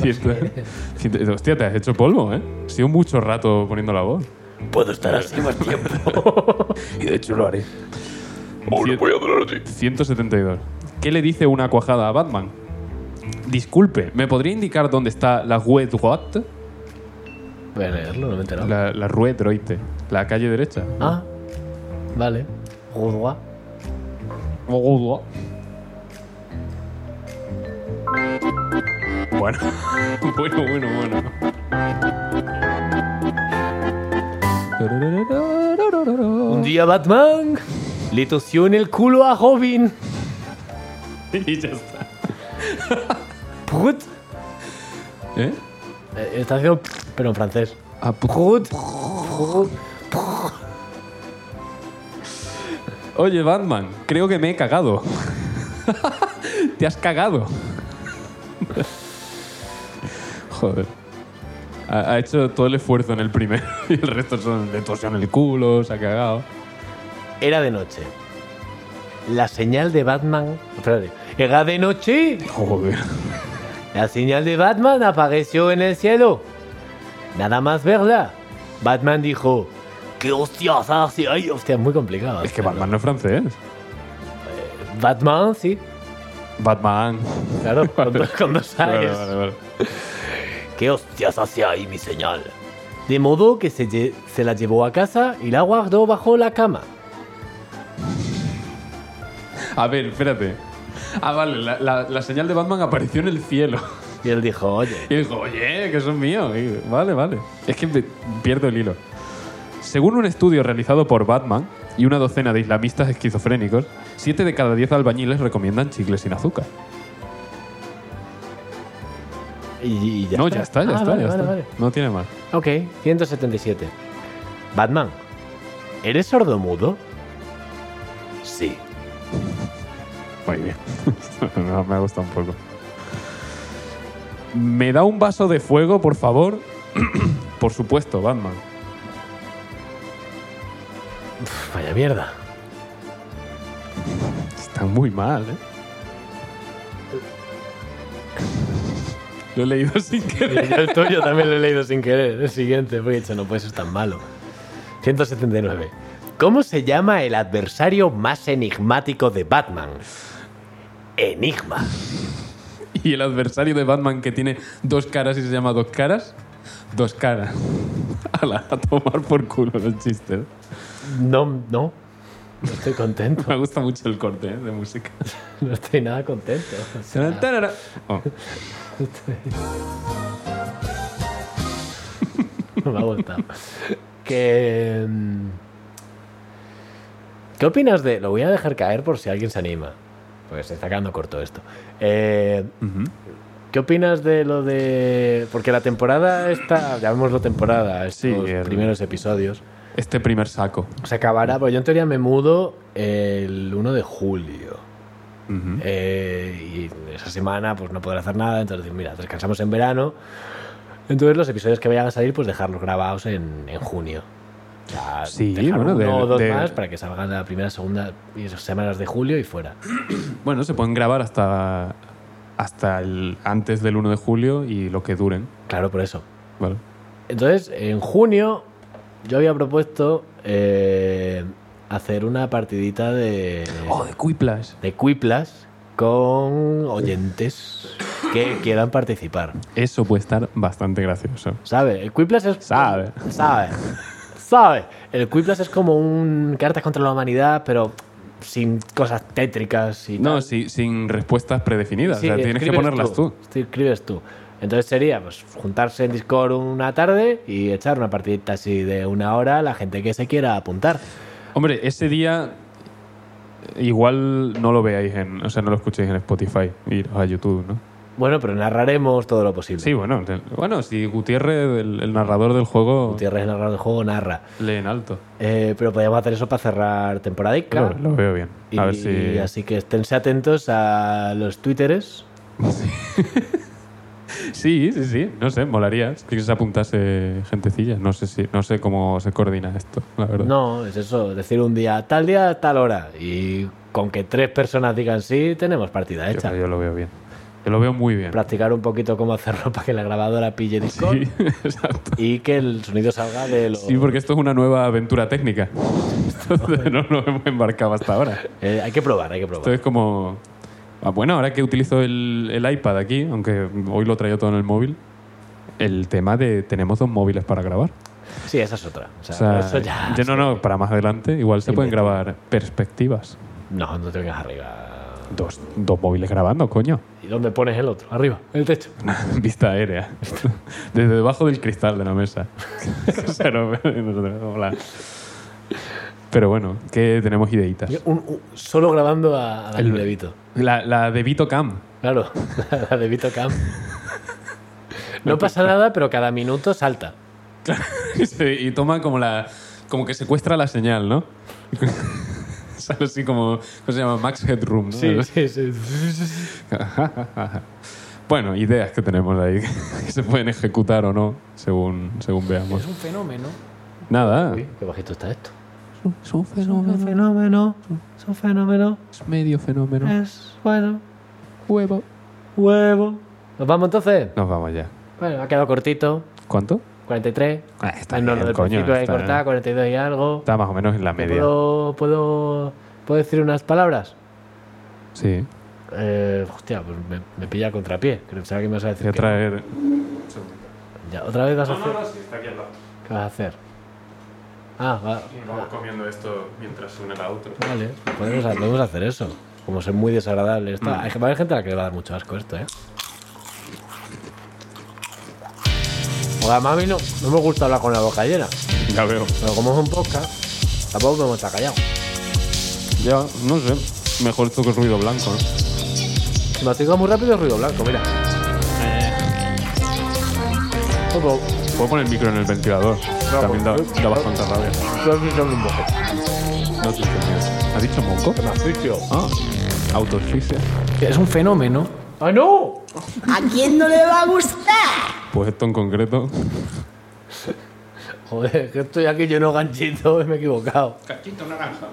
[SPEAKER 2] Ciento-
[SPEAKER 1] [laughs]
[SPEAKER 2] ciento- hostia, te has hecho polvo, ¿eh? Ha sido mucho rato poniendo la voz.
[SPEAKER 1] Puedo estar así más tiempo. [laughs]
[SPEAKER 2] Y de hecho lo haré. voy a 172. ¿Qué le dice una cuajada a Batman? Disculpe, ¿me podría indicar dónde está la Rue Droite?
[SPEAKER 1] Voy a leerlo, no me he enterado.
[SPEAKER 2] La, la Rue Droite, la calle derecha.
[SPEAKER 1] Ah, vale. Juzga.
[SPEAKER 2] Bueno, [laughs] bueno, bueno, bueno.
[SPEAKER 1] Un día Batman le tosió en el culo a Robin.
[SPEAKER 2] [laughs] Y ya está.
[SPEAKER 1] Prut.
[SPEAKER 2] ¿Eh?
[SPEAKER 1] Eh, Está haciendo... pero en francés.
[SPEAKER 2] Ah, pu-
[SPEAKER 1] Prut. Prut.
[SPEAKER 2] Oye, Batman, creo que me he cagado. [laughs] Te has cagado. Joder. Ha, ha hecho todo el esfuerzo en el primero [laughs] y el resto son de torsión el culo, se ha cagado.
[SPEAKER 1] Era de noche. La señal de Batman. Espérate. Era de noche.
[SPEAKER 2] Joder.
[SPEAKER 1] La señal de Batman apareció en el cielo. Nada más verla. Batman dijo: ¿Qué hostias hace ahí? Hostia, es muy complicado.
[SPEAKER 2] Es que
[SPEAKER 1] hacerlo.
[SPEAKER 2] Batman no es francés.
[SPEAKER 1] Batman, sí.
[SPEAKER 2] Batman. [laughs]
[SPEAKER 1] Claro, cuando, cuando
[SPEAKER 2] Vale,
[SPEAKER 1] sabes.
[SPEAKER 2] vale, vale.
[SPEAKER 1] ¿Qué hostias hace ahí mi señal? De modo que se, lle- se la llevó a casa y la guardó bajo la cama.
[SPEAKER 2] A ver, espérate. Ah, vale, la, la- la señal de Batman apareció en el cielo.
[SPEAKER 1] Y él dijo: Oye,
[SPEAKER 2] Y dijo, oye, que son míos. Y- vale, vale. Es que me- pierdo el hilo. Según un estudio realizado por Batman y una docena de islamistas esquizofrénicos, 7 de cada 10 albañiles recomiendan chicles sin azúcar.
[SPEAKER 1] y, y ya
[SPEAKER 2] no, ya está, ya
[SPEAKER 1] Ah,
[SPEAKER 2] está,
[SPEAKER 1] vale,
[SPEAKER 2] ya
[SPEAKER 1] vale,
[SPEAKER 2] está.
[SPEAKER 1] vale.
[SPEAKER 2] No tiene más.
[SPEAKER 1] Ok, 177. Batman, ¿eres sordomudo? Sí.
[SPEAKER 2] Muy bien. [laughs] No, me ha gustado un poco. ¿Me da un vaso de fuego, por favor? [clears throat] por supuesto, Batman.
[SPEAKER 1] Pf, vaya mierda.
[SPEAKER 2] Está muy mal, ¿eh? Lo he leído [laughs] sin querer.
[SPEAKER 1] Yo el tuyo también lo he leído sin querer. El siguiente, porque he dicho, no puede ser tan malo. 179. ¿Cómo se llama el adversario más enigmático de Batman? Enigma.
[SPEAKER 2] [laughs] Y el adversario de Batman que tiene dos caras y se llama dos caras. Dos caras. [laughs] Ala, a tomar por culo los chistes.
[SPEAKER 1] No, no. No estoy contento.
[SPEAKER 2] Me gusta mucho el corte ¿eh? de música.
[SPEAKER 1] No estoy nada contento. O sea,
[SPEAKER 2] Tarán, tarara. Oh,
[SPEAKER 1] no me ha gustado. Que. mm, ¿Qué opinas de.? Lo voy a dejar caer por si alguien se anima. Pues se está quedando corto esto. Eh, ¿Qué opinas de lo de.? Porque la temporada esta. Llamémoslo temporada.
[SPEAKER 2] Sí,
[SPEAKER 1] Estos
[SPEAKER 2] el-
[SPEAKER 1] primeros episodios.
[SPEAKER 2] Este primer saco.
[SPEAKER 1] Se acabará, pues yo en teoría me mudo el 1 de julio.
[SPEAKER 2] Ujú.
[SPEAKER 1] Eh, y esa semana pues no podré hacer nada, entonces decir, mira, descansamos en verano. Entonces los episodios que vayan a salir, pues dejarlos grabados en, en junio. O sea,
[SPEAKER 2] Sí,
[SPEAKER 1] dejar
[SPEAKER 2] bueno,
[SPEAKER 1] uno
[SPEAKER 2] de-
[SPEAKER 1] o dos
[SPEAKER 2] de-
[SPEAKER 1] más para que salgan la primera, segunda y esas semanas de julio y fuera.
[SPEAKER 2] Bueno, se pueden grabar hasta, hasta el, antes del 1 de julio y lo que duren.
[SPEAKER 1] Claro, por eso.
[SPEAKER 2] Vale.
[SPEAKER 1] Entonces, en junio yo había propuesto eh, hacer una partidita de,
[SPEAKER 2] Oh, de Quiplash.
[SPEAKER 1] de cuiplas con oyentes que quieran participar.
[SPEAKER 2] Eso puede estar bastante gracioso.
[SPEAKER 1] ¿Sabe? El Quiplas es.
[SPEAKER 2] Sabe.
[SPEAKER 1] Sabe. Sabe. El Quiplas es como un Cartas contra la Humanidad, pero sin cosas tétricas y.
[SPEAKER 2] No,
[SPEAKER 1] tal.
[SPEAKER 2] sí, sin respuestas predefinidas.
[SPEAKER 1] Sí,
[SPEAKER 2] o sea, tienes que
[SPEAKER 1] escribes
[SPEAKER 2] ponerlas tú.
[SPEAKER 1] Sí, Escribes tú. Entonces sería pues, juntarse en Discord una tarde y echar una partidita así de una hora a la gente que se quiera apuntar.
[SPEAKER 2] Hombre, ese día eh, igual no lo veáis en. O sea, no lo escuchéis en Spotify. Iros a YouTube, ¿no?
[SPEAKER 1] Bueno, pero narraremos todo lo posible.
[SPEAKER 2] Sí, bueno. te- Bueno, si Gutiérrez, el, el narrador del juego,
[SPEAKER 1] Gutiérrez narrar el juego, narra.
[SPEAKER 2] lee en alto.
[SPEAKER 1] Eh, pero podríamos hacer eso para cerrar temporada.
[SPEAKER 2] Lo, lo veo bien. A
[SPEAKER 1] Y
[SPEAKER 2] ver si.
[SPEAKER 1] así que esténse atentos a los twitteres.
[SPEAKER 2] Sí, sí, sí. No sé, molaría. Que se apuntase gentecilla. No sé si, no sé cómo se coordina esto, la verdad.
[SPEAKER 1] No, es eso, decir un día, tal día, tal hora. Y con que tres personas digan sí, tenemos partida hecha.
[SPEAKER 2] yo, yo lo veo bien. Yo lo veo muy bien.
[SPEAKER 1] Practicar un poquito cómo [laughs] hacerlo para que la grabadora pille Discord
[SPEAKER 2] Sí, [laughs] exacto.
[SPEAKER 1] y que el sonido salga de los...
[SPEAKER 2] Sí, porque esto es una nueva aventura técnica. [laughs] Entonces no nos hemos embarcado hasta ahora.
[SPEAKER 1] Eh, hay que probar, hay que probar.
[SPEAKER 2] Esto es como. Ah, bueno, ahora que utilizo el, el iPad aquí, aunque hoy lo traigo todo en el móvil, el tema de tenemos dos móviles para grabar.
[SPEAKER 1] Sí, esa es otra. O sea,
[SPEAKER 2] O sea,
[SPEAKER 1] eso ya...
[SPEAKER 2] yo no, no, para más adelante, igual se pueden
[SPEAKER 1] Inventa.
[SPEAKER 2] grabar perspectivas.
[SPEAKER 1] No, no te vengas arriba.
[SPEAKER 2] Dos, dos móviles grabando, coño. [laughs]
[SPEAKER 1] ¿Y dónde pones el otro? Arriba, en el techo.
[SPEAKER 2] Vista aérea. [laughs] Desde debajo del cristal de la mesa. [laughs] O sea, no, [laughs] nosotros, hola. Pero bueno, que tenemos ideitas.
[SPEAKER 1] Un- un- solo grabando a, a Dani
[SPEAKER 2] El-
[SPEAKER 1] De Vito.
[SPEAKER 2] La, la de Vito Cam.
[SPEAKER 1] Claro, [laughs] la de Vito
[SPEAKER 2] [laughs]
[SPEAKER 1] Camp. No pasa nada, pero cada minuto salta.
[SPEAKER 2] Sí, Este, y toma como la. como que secuestra la señal, ¿no? [laughs] Sale así como. ¿Cómo se llama? Max Headroom, ¿no?
[SPEAKER 1] sí, sí.
[SPEAKER 2] [laughs] bueno, ideas que tenemos ahí [laughs] que se pueden ejecutar o no, según, según veamos.
[SPEAKER 4] un fenómeno.
[SPEAKER 2] Nada.
[SPEAKER 1] Qué bajito está esto.
[SPEAKER 2] Es un
[SPEAKER 5] un fenómeno, es un fenómeno,
[SPEAKER 2] Es medio fenómeno.
[SPEAKER 5] es bueno,
[SPEAKER 2] Huevo.
[SPEAKER 1] Huevo. ¿Nos vamos entonces?
[SPEAKER 2] Nos vamos ya.
[SPEAKER 1] Bueno, ha quedado cortito.
[SPEAKER 2] ¿Cuánto?
[SPEAKER 1] 43.
[SPEAKER 2] Ah, está
[SPEAKER 1] no,
[SPEAKER 2] bien,
[SPEAKER 1] lo del
[SPEAKER 2] coño,
[SPEAKER 1] principio hay
[SPEAKER 2] está-
[SPEAKER 1] cortada, 42 y algo.
[SPEAKER 2] Está más o menos en la media.
[SPEAKER 1] ¿Puedo, puedo, ¿Puedo decir unas palabras?
[SPEAKER 2] Sí.
[SPEAKER 1] Eh, hostia, pues me, me pilla a contrapié. Creo que que me vas a decir.
[SPEAKER 2] Voy a
[SPEAKER 1] que-
[SPEAKER 2] traer.
[SPEAKER 1] Ya, ¿Otra vez vas a hacer?
[SPEAKER 2] sí, está aquí al lado.
[SPEAKER 1] ¿Qué vas a hacer? Ah, va-
[SPEAKER 2] Vamos comiendo esto mientras suena la otra.
[SPEAKER 1] vale. Podemos, podemos hacer eso. Como ser muy desagradable. Esto,
[SPEAKER 2] Mm.
[SPEAKER 1] hay, va a haber gente a la que le va a dar mucho asco esto, ¿eh? Hola, mami, no, no me gusta hablar con la boca llena.
[SPEAKER 2] Ya veo.
[SPEAKER 1] Pero como es un podcast, tampoco podemos estar callados.
[SPEAKER 2] Ya, no sé. Mejor esto que ruido blanco, ¿eh? ¿no?
[SPEAKER 1] Si mastico muy rápido, ruido blanco, mira. Oh, pero-
[SPEAKER 2] Puedo poner el micro en el ventilador. También da,
[SPEAKER 1] pues,
[SPEAKER 2] da bastante rabia.
[SPEAKER 1] pero sí son un boquete.
[SPEAKER 2] No te entiendes. ¿Has dicho moco?
[SPEAKER 1] Me asfixio.
[SPEAKER 2] Ah, autoasfixia.
[SPEAKER 4] Es un fenómeno.
[SPEAKER 1] ¡Ay, ¡Ah, no!
[SPEAKER 3] ¿A quién no le va a gustar?
[SPEAKER 2] Pues esto en concreto.
[SPEAKER 1] Joder, que estoy aquí lleno de ganchitos y me he equivocado.
[SPEAKER 2] Cachito naranja.